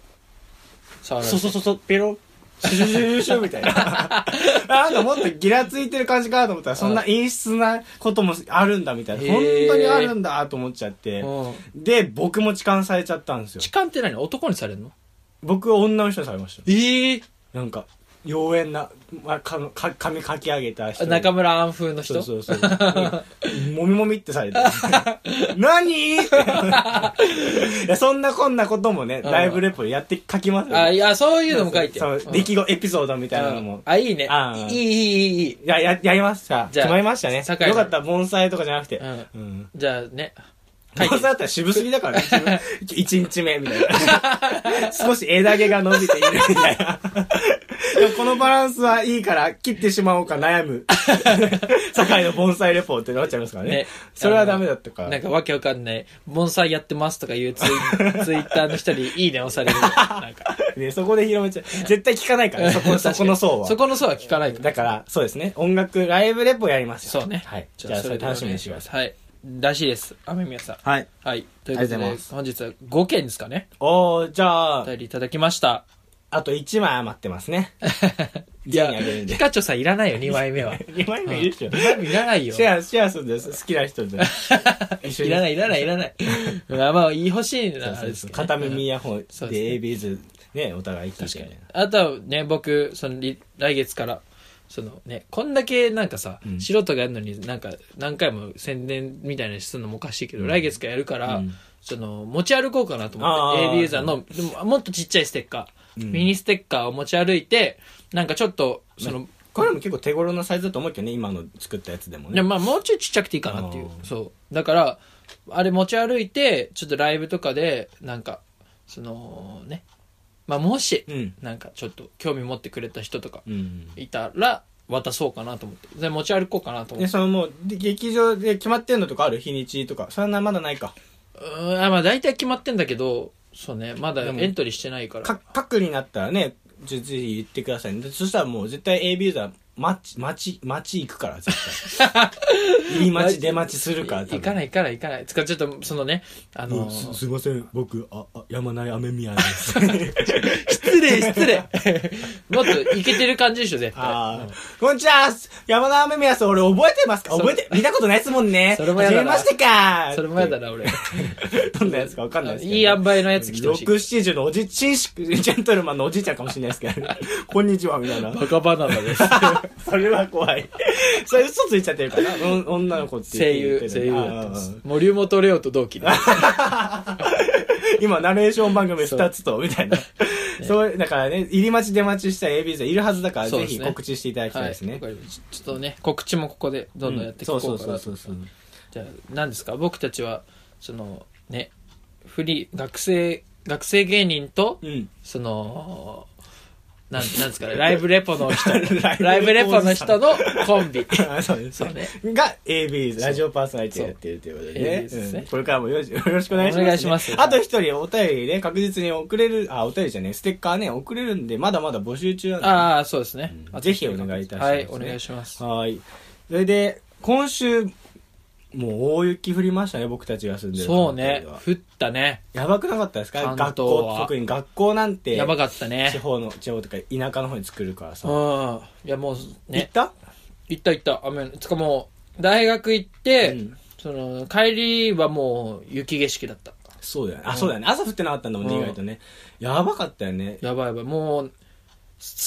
Speaker 2: さあ、
Speaker 1: そうそうそうそう、ペロシュシュシュシュシュみたいな。あなんかもっとギラついてる感じかなと思ったら、そんな陰湿なこともあるんだみたいな。
Speaker 2: へ
Speaker 1: 本
Speaker 2: ー
Speaker 1: 当にあるんだと思っちゃって。
Speaker 2: うん。
Speaker 1: で、僕も痴漢されちゃったんですよ
Speaker 2: 痴。漢って何男にされるの
Speaker 1: 僕、女の人にされまし
Speaker 2: ええ。
Speaker 1: た。なんか、妖艶な、まあ、かのか髪かき上げた人。
Speaker 2: 中村アン風の
Speaker 1: そ
Speaker 2: 人
Speaker 1: うそうそう。うんもみもみってされて。何 っていやそんなこんなこともね、
Speaker 2: うん
Speaker 1: ライブレポでやって書きますよ
Speaker 2: あ、いや、そういうのも書いて。
Speaker 1: そう
Speaker 2: うん
Speaker 1: 出来事、エピソードみたいなのも。
Speaker 2: あ、いいね
Speaker 1: あ。
Speaker 2: いい、いい、いい、いい。
Speaker 1: いや、や、やりました。
Speaker 2: じゃ
Speaker 1: 決
Speaker 2: あ
Speaker 1: まりましたね。
Speaker 2: 堺
Speaker 1: よ
Speaker 2: の
Speaker 1: かった、盆栽とかじゃなくて。
Speaker 2: う
Speaker 1: うん。
Speaker 2: じゃあね。書
Speaker 1: 盆
Speaker 2: いて
Speaker 1: 栽だったら渋すぎだから ね。1日目みたいな。少し枝毛が伸びているみたいな。 このバランスはいいから切ってしまおうか悩 む。堺の盆栽レポってなっちゃいますからね。
Speaker 2: ね
Speaker 1: それはダメだったか
Speaker 2: なん
Speaker 1: ら。
Speaker 2: かわけわかんない、盆栽やってますとかいうツイ ツイッターの人にいいね押される。なんか
Speaker 1: ね、そこで広めちゃう。絶対聞かないからね、そこ
Speaker 2: 確か
Speaker 1: そ
Speaker 2: に
Speaker 1: この層は
Speaker 2: そ。この層は聞かないから。
Speaker 1: だから、そうですね。音楽、ライブレポやりますよ。
Speaker 2: そうね。
Speaker 1: はい。じゃあ、それ楽しみにしてください。
Speaker 2: い。はい。らしいです。雨宮さん。
Speaker 1: はい。
Speaker 2: はい。という
Speaker 1: あ
Speaker 2: こ
Speaker 1: りがとうご
Speaker 2: と
Speaker 1: ざい
Speaker 2: で
Speaker 1: ま、す
Speaker 2: 本日は5件ですかね。
Speaker 1: おー、じゃあ
Speaker 2: お、便りいただきました。
Speaker 1: あと1枚余ってますね。
Speaker 2: いや
Speaker 1: 全員あげるん、で
Speaker 2: ピカチョウさんいらないよ、2 枚目は。
Speaker 1: 2枚目いるでしょ。
Speaker 2: 2枚目いらないよ。
Speaker 1: シェア、シェアするんです。好きな人で。 一緒
Speaker 2: い
Speaker 1: に
Speaker 2: らない、いらない、いらない。まあまあ、欲しいな、あれですけどね
Speaker 1: 片耳イヤホンで
Speaker 2: そうですね
Speaker 1: ABs ね、お互い聞いてみたいな。
Speaker 2: あとはね、僕、その、り来月から、そのね、こんだけなんかさ、
Speaker 1: うん
Speaker 2: 素人がやるのになんか何回も宣伝みたいなのするのもおかしいけど、
Speaker 1: うん
Speaker 2: 来月からやるから、
Speaker 1: うん
Speaker 2: その持ち歩こうかなと
Speaker 1: あ
Speaker 2: 思っ
Speaker 1: ー
Speaker 2: て AB ユーザーのでももっとちっちゃいステッカー、
Speaker 1: うん
Speaker 2: ミニステッカーを持ち歩いてなんかちょっとその、
Speaker 1: これも結構手頃なサイズだと思うけどね、今の作ったやつでも
Speaker 2: いや
Speaker 1: ね。
Speaker 2: まあもうちょいちっちゃくていいかなっていう
Speaker 1: あー
Speaker 2: そうだからあれ持ち歩いてちょっとライブとかでなんかそのねまあもし、
Speaker 1: うん。
Speaker 2: なんかちょっと興味持ってくれた人とか
Speaker 1: うん。
Speaker 2: いたら渡そうかなと思ってで持ち歩こうかなと思
Speaker 1: で、
Speaker 2: って
Speaker 1: そのもう、で劇場で決まってんのとかある日にちとか。そんなまだないか。
Speaker 2: うーんあまあ大体決まってんだけどそうねまだ
Speaker 1: でも
Speaker 2: エントリーしてないから
Speaker 1: か、核になったらね、ぜぜひ言ってくださいね。でそしたらもう絶対 AB ユーザー、街、街、街行くから、絶 対。入り待ち、出待ちするから、。
Speaker 2: い行かないい行かない行かないつかちょっとそのねあのー
Speaker 1: いません、僕、あ、あ山内雨宮 です。
Speaker 2: 失礼失礼 もっといけてる感じでしょ絶対
Speaker 1: あーこんにちは山田雨宮さん、俺覚えてますか
Speaker 2: そ
Speaker 1: 覚えて、見たことないですもんね。
Speaker 2: それもやだな
Speaker 1: 初めましてか
Speaker 2: それもやだ。な俺
Speaker 1: どんなやつかわかんないですけど、
Speaker 2: いい塩梅のやつ来てほしい
Speaker 1: 6、70のおじ、ちんしジェントルマンのおじいちゃんかもしれないですけど、 ね、こんにちは、みたいな。
Speaker 2: バカバナナです
Speaker 1: それは怖い。それ嘘ついちゃってるから、うん女の子って
Speaker 2: 声
Speaker 1: 言
Speaker 2: 優
Speaker 1: って
Speaker 2: 声
Speaker 1: る
Speaker 2: 優
Speaker 1: のに
Speaker 2: やってま
Speaker 1: あ
Speaker 2: す
Speaker 1: ー
Speaker 2: 森本レオと同期で
Speaker 1: 今、ナレーション番組2つと、みたいな。そう、だからね、入り待ち出待ちした AB さんいるはずだから、
Speaker 2: そう
Speaker 1: ぜ
Speaker 2: ですね
Speaker 1: ひ告知していただきたいです
Speaker 2: は
Speaker 1: ね
Speaker 2: いわ。かりましたちょっとね告知もここでどんどんやっていこ
Speaker 1: そうう
Speaker 2: かな
Speaker 1: そう
Speaker 2: と
Speaker 1: そうそうそう。
Speaker 2: じゃあ何ですか僕たちはそのねフリー学生学生芸人と、
Speaker 1: うん。
Speaker 2: そのなんなんです かねライブレポの人
Speaker 1: ラ
Speaker 2: ライブレポの人のコンビ
Speaker 1: あそうです
Speaker 2: そうね
Speaker 1: が AB ラジオパーソナリティをやっているということでね
Speaker 2: AB ですね
Speaker 1: うんこれからもよろしよろしくお願いします、
Speaker 2: お願いします
Speaker 1: あと一人お便りね確実に送れるあお便りじゃねステッカーね送れるんでまだまだ募集中なんで
Speaker 2: ああそうですね
Speaker 1: う、んぜひお願いいたします
Speaker 2: はいお願いします
Speaker 1: はーいそれで今週もう大雪降りましたね僕たちが住んでる
Speaker 2: そう
Speaker 1: 関東
Speaker 2: ね
Speaker 1: では
Speaker 2: 降ったね
Speaker 1: やばくなかったですか
Speaker 2: 関
Speaker 1: 学
Speaker 2: 東
Speaker 1: 校
Speaker 2: は
Speaker 1: 特に学校なんて
Speaker 2: やばかった
Speaker 1: 地
Speaker 2: ね
Speaker 1: 方の地方とか田舎の方に作るから
Speaker 2: う
Speaker 1: さ、
Speaker 2: んいやもう
Speaker 1: 行っ
Speaker 2: ね
Speaker 1: た、
Speaker 2: 行った行った雨のつかもう大学行っ
Speaker 1: う
Speaker 2: て、
Speaker 1: ん
Speaker 2: その帰りはもう雪景色だった
Speaker 1: そうだよねあ、
Speaker 2: うん
Speaker 1: そうだよね朝降ってなかったんだもんね、
Speaker 2: うん
Speaker 1: 意外とねやばかったよね
Speaker 2: やばいやばいもう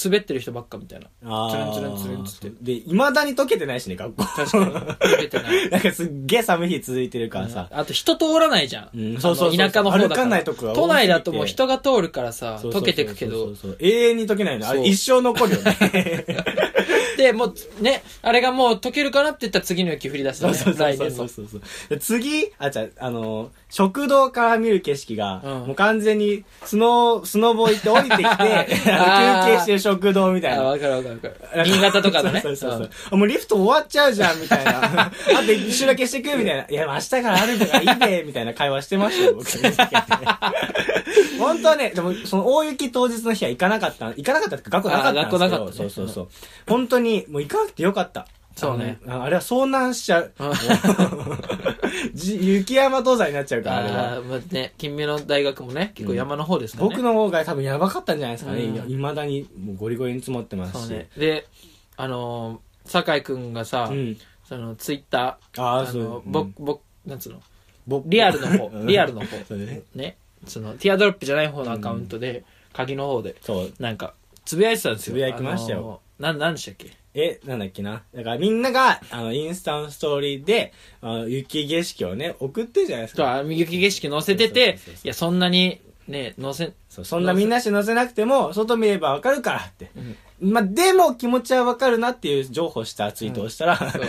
Speaker 2: 滑ってる人ばっかみたいな
Speaker 1: あー
Speaker 2: つるんつるんつるんつっ
Speaker 1: で、いまだに溶けてないしね、学校。
Speaker 2: 確かに 溶けてない
Speaker 1: なんかすっげえ寒い日続いてるからさ。
Speaker 2: あと人通らないじゃん、
Speaker 1: うんそうそうそう
Speaker 2: あの田舎の方だから
Speaker 1: 歩かないとこが多すぎて
Speaker 2: 都内だともう人が通るからさ
Speaker 1: そうそうそう
Speaker 2: 溶けてくけ
Speaker 1: そう
Speaker 2: ど
Speaker 1: そうそう永遠に溶けないの。あれ
Speaker 2: そう
Speaker 1: 一生残るよね。
Speaker 2: でもうねあれがもう溶けるかなって言ったら次の雪降り出す
Speaker 1: そ
Speaker 2: ね
Speaker 1: うそうそう
Speaker 2: 来
Speaker 1: そう
Speaker 2: 年
Speaker 1: そ
Speaker 2: の
Speaker 1: うそうそう。で次、あ、じゃあ、あのー、食堂から見る景色が、
Speaker 2: うん
Speaker 1: もう完全に、スノー、スノボ行って降りてき て、
Speaker 2: あー
Speaker 1: 休憩してる食堂みたいな。
Speaker 2: あ分かる分かる分かる新潟とかの ね
Speaker 1: そうそうそうそう
Speaker 2: う
Speaker 1: あもうリフト終わっちゃうじゃん、みたい な。あと一周だけしてくみたいな。いや、明日からあるからいいね、みたいな会話してましたよ、僕。 本当はね、でも、その大雪当日の日は行かなかった、行かなかったっていうか学校なかったんですけど。
Speaker 2: あ学校なかった
Speaker 1: そ
Speaker 2: ね
Speaker 1: うそうそう。本当に、もう行かなくてよかった。
Speaker 2: そうね
Speaker 1: あの。あれは遭難しちゃう。
Speaker 2: ん
Speaker 1: じ雪山登山になっちゃうから、あれは。
Speaker 2: あーまあね金目の大学もね結構山の方ですからね、
Speaker 1: 僕の方が多分やばかったんじゃないですかね。
Speaker 2: うん
Speaker 1: いまだにもうゴリゴリに積もってま
Speaker 2: そう
Speaker 1: すし。
Speaker 2: ねであのー酒井君がさ、
Speaker 1: うん。
Speaker 2: そのツイッター
Speaker 1: ああ、
Speaker 2: あ
Speaker 1: そう
Speaker 2: の。
Speaker 1: う
Speaker 2: ぼ
Speaker 1: ん
Speaker 2: ぼなんつうの
Speaker 1: ぼ
Speaker 2: リアルの方
Speaker 1: うん
Speaker 2: リアルの方
Speaker 1: そうね。
Speaker 2: ねそのティアドロップじゃない方のアカウントで、鍵の方で
Speaker 1: そう。
Speaker 2: なんかつぶやいてたんですよ
Speaker 1: つぶやきましたよ
Speaker 2: あのー、なんなんでしたっけ
Speaker 1: え、なんだっけな。だからみんなが、あの、インスタのストーリーで、あの雪景色をね、送ってるじゃないです
Speaker 2: と
Speaker 1: か。
Speaker 2: は雪景色載せて
Speaker 1: そ
Speaker 2: て
Speaker 1: うそうそうそう
Speaker 2: いやそんなにね載せ
Speaker 1: そうそんなみんなして載せなくても、外見ればわかるからって。
Speaker 2: うん
Speaker 1: まあ、でも気持ちはわかるなっていう情報したツイートをしたら、
Speaker 2: そう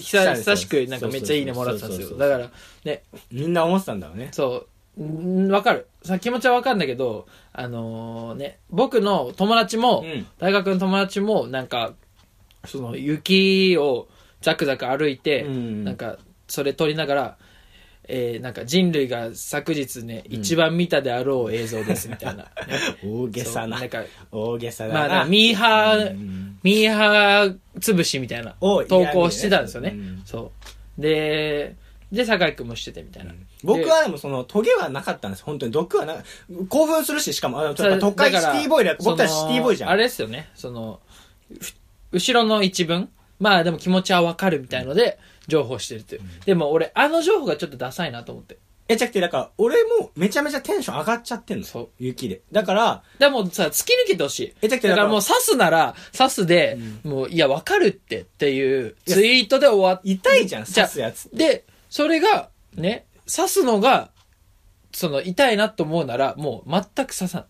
Speaker 1: した
Speaker 2: 久
Speaker 1: です
Speaker 2: 久しくなんかめっちゃいいねもらってたんです
Speaker 1: そ
Speaker 2: よ
Speaker 1: うそうそうそう
Speaker 2: だからね
Speaker 1: みんな思ってたんだろうね。
Speaker 2: そううんわかる。さ気持ちはわかるんだけど、あのーね、僕の友達も、
Speaker 1: うん
Speaker 2: 大学の友達も、なんか、その雪をザクザク歩いて、
Speaker 1: うん
Speaker 2: なんか、それ撮りながら、えーなんか人類が昨日ね、一番見たであろう映像です、みた いな。ね
Speaker 1: 大げさな
Speaker 2: そうなんか、
Speaker 1: 大げさだ
Speaker 2: ま
Speaker 1: な、
Speaker 2: あ、だからミーハー、
Speaker 1: うん
Speaker 2: ミーハー潰しみたいな、
Speaker 1: を
Speaker 2: 投稿してたんですよね。
Speaker 1: うん
Speaker 2: そう。で、で、酒井君もしててみたいな。
Speaker 1: 僕はでもその、トゲはなかったんです。本当に毒はな、興奮するし、しかも、あの、やっぱ都会シ
Speaker 2: だ
Speaker 1: テ
Speaker 2: から
Speaker 1: ィボーイだ僕たち
Speaker 2: そ
Speaker 1: シ
Speaker 2: の
Speaker 1: ティボーイじゃん。
Speaker 2: あれですよね。その、ふ後ろの一文。まあでも気持ちはわかるみたいので、情報してるっていう。でも俺、あの情報がちょっとダサいなと思って。
Speaker 1: え、じゃなくて、だから、俺もめちゃめちゃテンション上がっちゃってんの。
Speaker 2: そう
Speaker 1: 雪で。だから、
Speaker 2: でもうさ、突き抜けてほしい。
Speaker 1: えだ
Speaker 2: だ
Speaker 1: けど
Speaker 2: からもう刺すなら、刺すで、もう、いや、わかるってっていうツイートで終わっ
Speaker 1: 痛いじゃん、
Speaker 2: じ
Speaker 1: 刺
Speaker 2: ゃあ
Speaker 1: すやつ。
Speaker 2: で、それが、ね、刺すのが、その、痛いなと思うなら、もう、全く刺さん。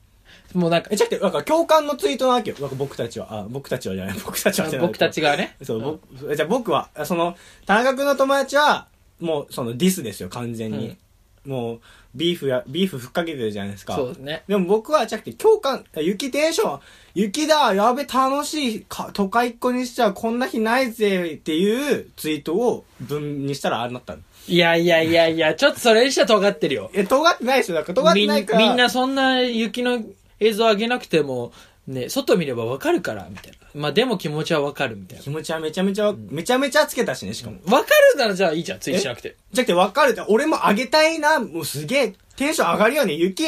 Speaker 2: もうなんか
Speaker 1: え、、じゃなくて、なんか共感のツイートなわけよ。なんか僕たちは、あ、僕たちはじゃない、 僕たちはじゃない。
Speaker 2: 僕たちがね。
Speaker 1: そう、僕、じゃあ僕は、その、田中君の友達は、もう、その、ディスですよ、完全に。もう、ビーフや、ビーフふっかけてるじゃないですか。
Speaker 2: そうですね。
Speaker 1: でも僕は、じゃなくて、共感、雪テンション、雪だ、やべ、楽しい、か都会っ子にしちゃこんな日ないぜ、っていうツイートを文にしたらああなったの。
Speaker 2: いやいやいやいや、ちょっとそれにしては尖ってるよ。
Speaker 1: え、尖ってないですよ、なんか尖ってないから。
Speaker 2: みんみんなそんな雪の映像上げなくても、ね、外見ればわかるから、みたいな。まあでも気持ちはわかる、みたいな
Speaker 1: 気。持ちはめちゃめちゃ、めちゃめちゃつけたしね、しかも。
Speaker 2: わかるならじゃあいいじゃん、ツイートしなくて。
Speaker 1: じゃなくて分かるって、俺も上げたいな、もうすげえ、テンション上がるよね、雪、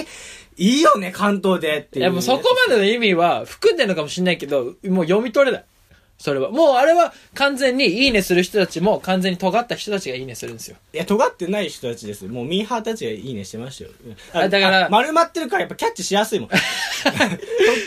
Speaker 1: いいよね、関東でってい
Speaker 2: い
Speaker 1: う。
Speaker 2: やもうそこまでの意味は含んでるのかもしれないけど、もう読み取れない。それは。もうあれは完全にいいねする人たちも完全に尖った人たちがいいねするんですよ。
Speaker 1: いや、尖ってない人たちです。もうミーハーたちがいいねしてましたよ。
Speaker 2: あだから
Speaker 1: あ丸まってるからやっぱキャッチしやす いもん。と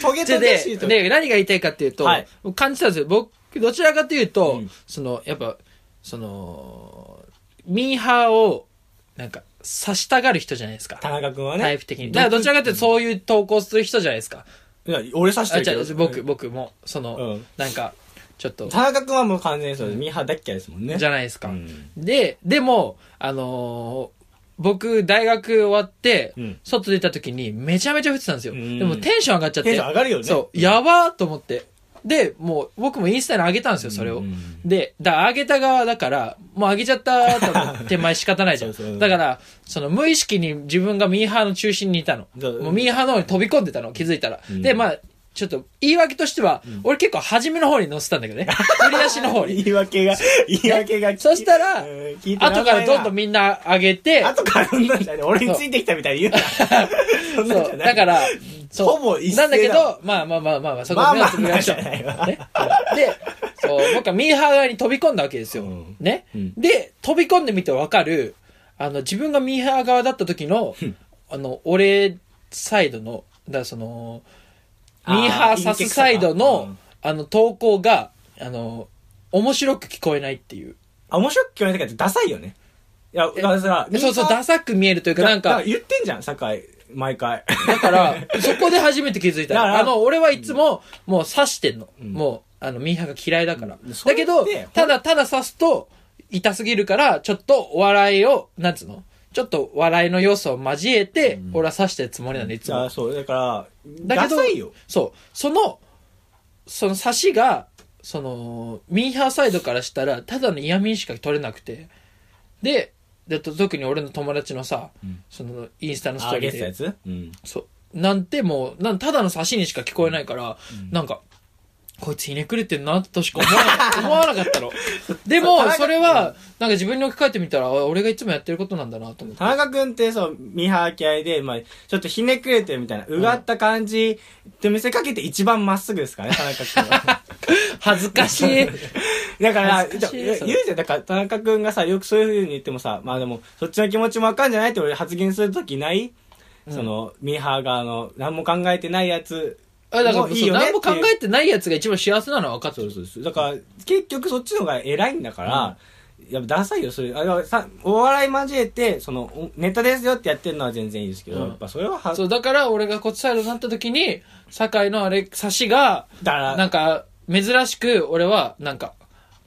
Speaker 1: トゲトゲしい
Speaker 2: で、
Speaker 1: と。
Speaker 2: で、何が言いたいかっていうと、
Speaker 1: はい
Speaker 2: 感じたんですよ。僕、どちらかというと、
Speaker 1: うん
Speaker 2: その、やっぱ、その、ミーハーを、なんか、刺したがる人じゃないですか。
Speaker 1: 田中君はね。
Speaker 2: タイプ的に。だからどちらかというとそういう投稿する人じゃないですか。
Speaker 1: いや俺刺して
Speaker 2: あ、
Speaker 1: る
Speaker 2: じゃ
Speaker 1: けど。
Speaker 2: 僕、僕も、その、
Speaker 1: うん
Speaker 2: なんか、ちょっと、
Speaker 1: 田中君はもう完全にそうです。ミーハーだっきゃですもんね。
Speaker 2: じゃ
Speaker 1: ない
Speaker 2: ないですか。
Speaker 1: うん
Speaker 2: で、でも、あのー僕、大学終わって、
Speaker 1: うん
Speaker 2: 外出た時にめちゃめちゃ降ってたんですよ。
Speaker 1: うん
Speaker 2: でもテンション上がっちゃって。
Speaker 1: テンション上がるよね
Speaker 2: そう、やばーと思って。で、もう、僕もインスタに上げたんですよ、それを。
Speaker 1: うん
Speaker 2: で、だ、上げた側だから、もう上げちゃったーと思って手前仕方ないじゃ
Speaker 1: そうそ
Speaker 2: ん。
Speaker 1: う
Speaker 2: だから、その無意識に自分がミーハーの中心にいたの。
Speaker 1: そう
Speaker 2: もうミーハーの方に飛び込んでたの、気づいたら。
Speaker 1: ん
Speaker 2: で、まあ、ちょっと、言い訳としては、俺結構初めの方に載せたんだけどね。振り出しの方 に。
Speaker 1: 言い訳 が、言い訳が聞い。
Speaker 2: そしたら
Speaker 1: うん聞いてらんないな
Speaker 2: 後からどんどんみんな上げて、
Speaker 1: 後からそんなんじゃね俺についてきたみたいに言うな。そんなん
Speaker 2: そ
Speaker 1: じゃ
Speaker 2: う、
Speaker 1: ない
Speaker 2: だから、そ
Speaker 1: ほ
Speaker 2: う
Speaker 1: ぼ一斉だ
Speaker 2: なんだけど、まあまあまあまあまあ、そこ
Speaker 1: まあ
Speaker 2: 目
Speaker 1: ま
Speaker 2: を
Speaker 1: あ
Speaker 2: つぶりましょう。
Speaker 1: まあ
Speaker 2: ね
Speaker 1: まあ
Speaker 2: で、そう、僕はミーハー側に飛び込んだわけですよ
Speaker 1: うん。
Speaker 2: ね
Speaker 1: うん。
Speaker 2: で、飛び込んでみてわかる、あの、自分がミーハー側だった時の、あの、俺サイドの、だからその、
Speaker 1: あー
Speaker 2: ミーハーサスサイ
Speaker 1: イ
Speaker 2: ド
Speaker 1: ンテ
Speaker 2: の
Speaker 1: ク、
Speaker 2: あの、投稿が、あの、面白く聞こえないっていう。
Speaker 1: あ、面白く聞こえないけど、ダサいよね。いや、だからさ、ミーハ
Speaker 2: そ
Speaker 1: ー
Speaker 2: うそう、ダサく見えるというか、
Speaker 1: だ
Speaker 2: なん
Speaker 1: だ
Speaker 2: か
Speaker 1: ら、言ってんじゃん、酒井。毎回。
Speaker 2: だから、そこで初めて気づいたの。
Speaker 1: だから
Speaker 2: あの、俺はいつも、もう刺してんの。
Speaker 1: ん
Speaker 2: もう、あの、ミーハーが嫌いだから。
Speaker 1: うんそれ
Speaker 2: だ
Speaker 1: っ
Speaker 2: け
Speaker 1: て
Speaker 2: ど、ただ、ただ刺すと、痛すぎるから、ちょっとお笑いを、なんつうのちょっと笑いの要素を交えて、俺は刺してるつもりなんで、いつ
Speaker 1: じ
Speaker 2: も
Speaker 1: ゃあ、。そう、だから、
Speaker 2: だけど
Speaker 1: ダサいよ。
Speaker 2: そう。その、その刺しが、その、ミーハーサイドからしたら、ただの嫌味しか取れなくて。で、でと特に俺の友達のさ、その、インスタのスト
Speaker 1: あ
Speaker 2: ーリ
Speaker 1: げ
Speaker 2: ー
Speaker 1: てた
Speaker 2: で
Speaker 1: や、つうん。
Speaker 2: そう。なんてもう、なんただの差しにしか聞こえないから、なんか、こいつひねくれてんなとしか思わな思わなかったの。 で
Speaker 1: 田
Speaker 2: も、
Speaker 1: 中
Speaker 2: それは、なんか自分に置き換えてみたら、あ俺がいつもやってることなんだな と思って。
Speaker 1: 田中君って、そう、ミーハー気合いで、まあ、ちょっとひねくれてるみたいな、うがった感じって見せかけて一番まっすぐですからね、田中君は。
Speaker 2: 恥ずかしい。
Speaker 1: だから、
Speaker 2: 恥
Speaker 1: 言
Speaker 2: ずかしい
Speaker 1: う
Speaker 2: それ
Speaker 1: じゃん。だから、田中君がさ、よくそういう風に言ってもさ、まあでも、そっちの気持ちもわかんじゃないって俺発言するときない、その、ミーハー側の、何も考えてないやつ。
Speaker 2: あだか
Speaker 1: も
Speaker 2: ら、
Speaker 1: うい
Speaker 2: そ
Speaker 1: いうよねっ
Speaker 2: 何
Speaker 1: てい
Speaker 2: も
Speaker 1: う
Speaker 2: 考えてないやつが一番幸せなのは分かって
Speaker 1: そう
Speaker 2: る。
Speaker 1: そうそう。だから、結局そっちの方が偉いんだから、やっぱダサいよ、それ。あだからさ、お笑い交えて、その、おネタですよってやってるのは全然いいですけど、
Speaker 2: うん
Speaker 1: やっぱそれはは、
Speaker 2: そう、だから俺がこっちサイドになった時に、酒井のあれ、差しが、
Speaker 1: だから、
Speaker 2: なんか、珍しく、俺は、なんか、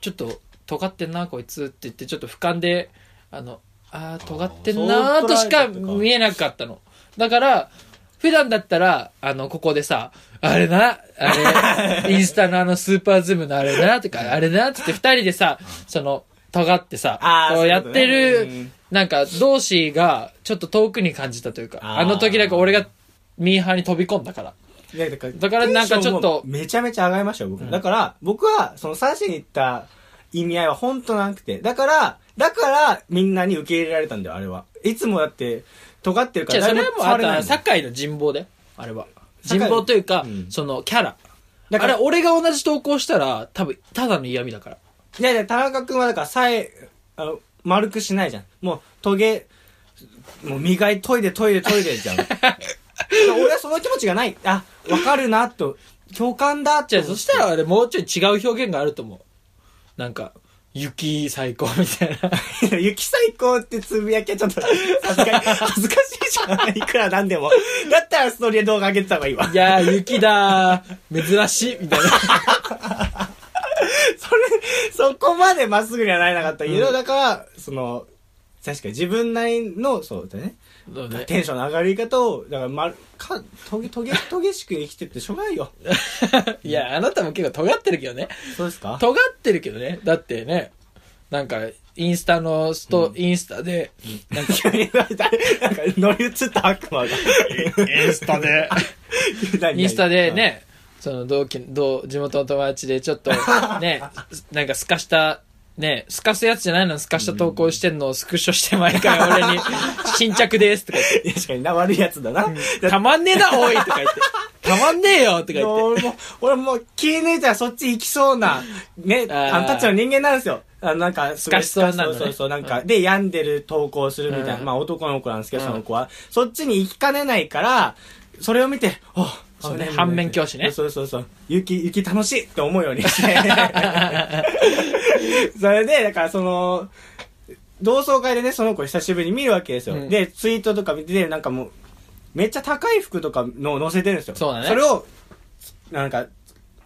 Speaker 2: ちょっと、尖ってんな、こいつって言って、ちょっと俯瞰で、あの、あー、尖ってんなーとしか見えなかったの。だから、普段だったら、あの、ここでさ、あれな、あ れ、インスタのあのスーパーズームのあれな、とか、あれな、つって二人でさ、その、尖ってさ
Speaker 1: あ、ー
Speaker 2: こ
Speaker 1: そううい
Speaker 2: や
Speaker 1: う
Speaker 2: っ
Speaker 1: ことね
Speaker 2: て
Speaker 1: う
Speaker 2: る
Speaker 1: ん、
Speaker 2: なんか、同士が、ちょっと遠くに感じたというか、
Speaker 1: あー
Speaker 2: あの時だけ俺がミーハーに飛び込んだから。
Speaker 1: いやだから
Speaker 2: だからなんかちょ
Speaker 1: テ
Speaker 2: っと
Speaker 1: ンションもめちゃめちゃ上がりましたよ、僕。だから、僕は、その三振に行った意味合いは本当なくて。だから、だから、みんなに受け入れられたんだよ、あれは。いつもだって、尖ってるか
Speaker 2: じゃ
Speaker 1: ら、
Speaker 2: あ、それは
Speaker 1: 誰
Speaker 2: もう、あ
Speaker 1: 触れない
Speaker 2: と
Speaker 1: も
Speaker 2: は、
Speaker 1: ん
Speaker 2: 堺の人望だよ。あれは。
Speaker 1: 堺
Speaker 2: 人望というか、
Speaker 1: うん
Speaker 2: その、キャラ。
Speaker 1: だから
Speaker 2: あれ、俺が同じ投稿したら、多分、ただの嫌味だから。
Speaker 1: いやいや、田中君はだから、さえ、あの、丸くしないじゃん。もう、トゲ、もう磨い、トイレ、トイレ、トイレじゃ ん。だから俺はその気持ちがない。あ、わかるな、と。共感だ、
Speaker 2: じゃ
Speaker 1: と
Speaker 2: あ、。そしたらあれ、もうちょい違う表現があると思う。なんか、雪最高みたいな。
Speaker 1: いや 雪最高ってつぶやきはちょっと、さすがに、恥ずかしいじゃん。いくらなんでも。だったらストーリーで動画上げてた方がいいわ。
Speaker 2: いやー、雪だー、珍しい、みたいな。
Speaker 1: それ、そこまでまっすぐにはなれなかったけど、
Speaker 2: うん
Speaker 1: だから、その、確かに自分なりの、そうだね。
Speaker 2: そうね
Speaker 1: テンションの上がる言い方を、だから、まる、か、とげ、とげ、とげしく生きてってしょうがないよ。
Speaker 2: いや、あなたも結構尖ってるけどね。
Speaker 1: そうですか
Speaker 2: 尖ってるけどね。だってね、なんか、インスタのスト、インスタで、なんか、
Speaker 1: 急に言われたなんか乗り移った悪魔が。
Speaker 2: インスタで、インスタで。ね、その同期、同、地元の友達でちょ っと、ね、なんかすかした、ね、すかすやつじゃないのにすかした投稿してんのをスクショして毎回俺 に、新着ですとか言
Speaker 1: 何
Speaker 2: っ
Speaker 1: 何確かにな、悪いやつだな。
Speaker 2: て、たまんねえな、おいとか言 って、たまんねえよとか
Speaker 1: でも
Speaker 2: 言っ
Speaker 1: 俺も、俺もう気抜いたらそっち行きそうな、ね、
Speaker 2: あー
Speaker 1: あの、タッチの人間なんですよ。あの、なんか、すごい
Speaker 2: スカしそうなのね
Speaker 1: スカそうそうそう、なんか、で、病んでる投稿するみたいな、
Speaker 2: うん
Speaker 1: まあ男の子なんですけど、
Speaker 2: うん
Speaker 1: その子は。そっちに行きかねないから、それを見て、お
Speaker 2: そうね反面教師ね
Speaker 1: そうそうそう。雪、雪楽しいって思うように して。それで、だからその、同窓会でね、その子久しぶりに見るわけですよ。
Speaker 2: うん
Speaker 1: で、ツイートとか見てて、なんかもう、めっちゃ高い服とかの載せてるんですよ。
Speaker 2: そうだね
Speaker 1: それを、なんか、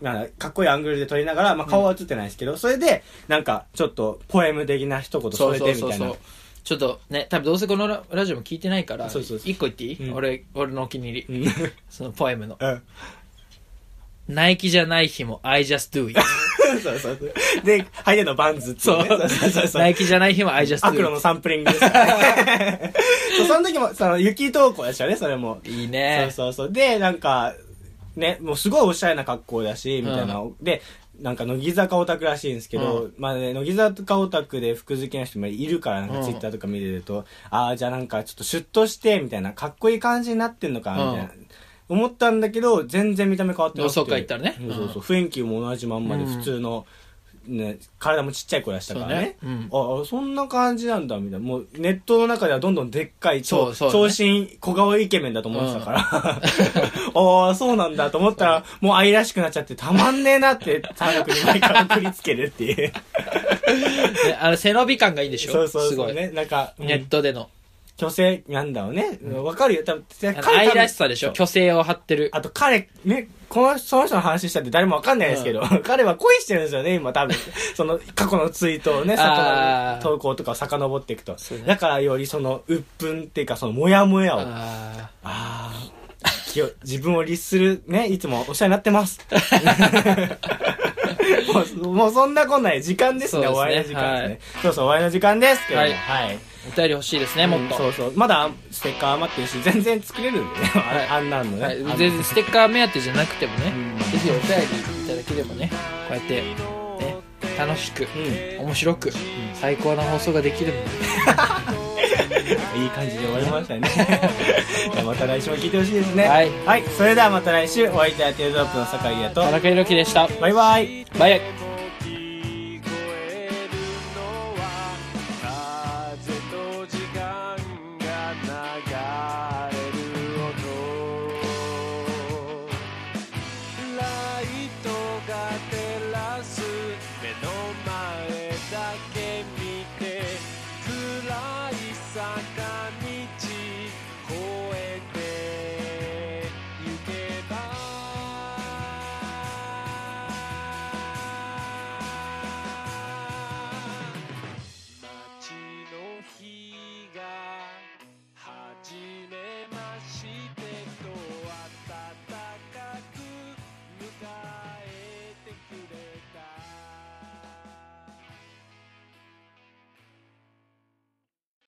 Speaker 1: なんかかっこいいアングルで撮りながら、まあ、顔は映ってないですけど、それで、なんか、ちょっと、ポエム的な一言
Speaker 2: て、
Speaker 1: 添
Speaker 2: そう
Speaker 1: え
Speaker 2: そう
Speaker 1: てみ
Speaker 2: そう
Speaker 1: たい
Speaker 2: そ
Speaker 1: な
Speaker 2: う。。ちょっとね、多分どうせこのララジオも聞いてないから、
Speaker 1: そうそうそう
Speaker 2: 一個言っていい、
Speaker 1: うん
Speaker 2: 俺、俺のお気に入り。
Speaker 1: うん
Speaker 2: そのポエムの。
Speaker 1: うん
Speaker 2: ナイキじゃない日も I just do it。
Speaker 1: そうそうそう。で、ハイデのバンズってい
Speaker 2: そう
Speaker 1: ね。そうそうそうそう
Speaker 2: ナイキじゃない日も I just
Speaker 1: アクロ
Speaker 2: do
Speaker 1: のサンプリングです ねそうその時も、その、雪投稿でしたよね、それも。
Speaker 2: it。いい
Speaker 1: そ
Speaker 2: ね
Speaker 1: う。そうそう。で、なんか、ね、もうすごいおしゃれな格好だし、みたいな。で、なんか、乃木坂オタクらしいんですけど、
Speaker 2: う
Speaker 1: まあね、乃木坂オタクで服好きな人もいるから、なん
Speaker 2: う
Speaker 1: か
Speaker 2: ん
Speaker 1: ツイッターとか見てると、ああ、じゃあなんかちょっとシュッとして、みたいな、かっこいい感じになってんのか、みたいな。思ったんだけど、全然見た目変わってなくて。
Speaker 2: 同窓会行ったらね
Speaker 1: そうそうそう。雰囲気も同じまんまで、
Speaker 2: うん
Speaker 1: 普通の、ね、体もちっちゃい子らしたからね。
Speaker 2: そうね
Speaker 1: ああ、そんな感じなんだ、みたいな。もう、ネットの中ではどんどんでっかい、
Speaker 2: そうそうね
Speaker 1: 長身小顔イケメンだと思ってたから、 ああ、そうなんだと思ったら、もう愛らしくなっちゃって、たまんねえなって、体力に毎回送りつけるっていう。
Speaker 2: ねあの、背伸び感がいいでしょ
Speaker 1: そうそう
Speaker 2: す
Speaker 1: そ
Speaker 2: ご
Speaker 1: う
Speaker 2: い。
Speaker 1: ね。なんか、うん
Speaker 2: ネットでの。
Speaker 1: 虚勢なんだろうね。わかるよ。多分
Speaker 2: あの
Speaker 1: 彼
Speaker 2: 愛らしさでしょ
Speaker 1: そう
Speaker 2: 虚勢を張ってる。
Speaker 1: あと彼、ね、この、その人の話したって誰もわかんないですけど、 彼は恋してるんですよね、今多 分。その、過去のツイートをね、遡
Speaker 2: あ
Speaker 1: る
Speaker 2: ー
Speaker 1: 投稿とかを遡っていくと。
Speaker 2: そうね
Speaker 1: だからよりその、鬱憤っていうか、その、モヤモヤを、
Speaker 2: あ
Speaker 1: ああ、気を自分を律する、ね、いつもお世話になって ます。もう、もうそんなこんない時間ですね、
Speaker 2: そうですね
Speaker 1: 終わりの時間ですね。そうそう、終わりの時間ですけども、
Speaker 2: はい
Speaker 1: はい。
Speaker 2: ーお便り欲しいですね、もっ
Speaker 1: うん
Speaker 2: と。
Speaker 1: そうそう。まだステッカー余ってるし、全然作れるんでね、
Speaker 2: い
Speaker 1: ああんなんのね。
Speaker 2: はい
Speaker 1: あの
Speaker 2: 全然ステッカー目当てじゃなくてもね
Speaker 1: うん、
Speaker 2: ぜひお便りいただければね、こうやって、ね、楽しく、
Speaker 1: う
Speaker 2: 面白く、最高な放送ができるので。
Speaker 1: ん、いい感じで終わりましたね。 じゃあまた来週も聞いてほしいですね。
Speaker 2: はい
Speaker 1: それではまた来週、お相手はテールドロップの酒井優
Speaker 2: 田
Speaker 1: と、
Speaker 2: 中裕樹でした。
Speaker 1: バイバイ。
Speaker 2: バイバイ。
Speaker 3: 聞こえるのは風と時間が流れる音ライトが照らす目の前だけ見て暗い坂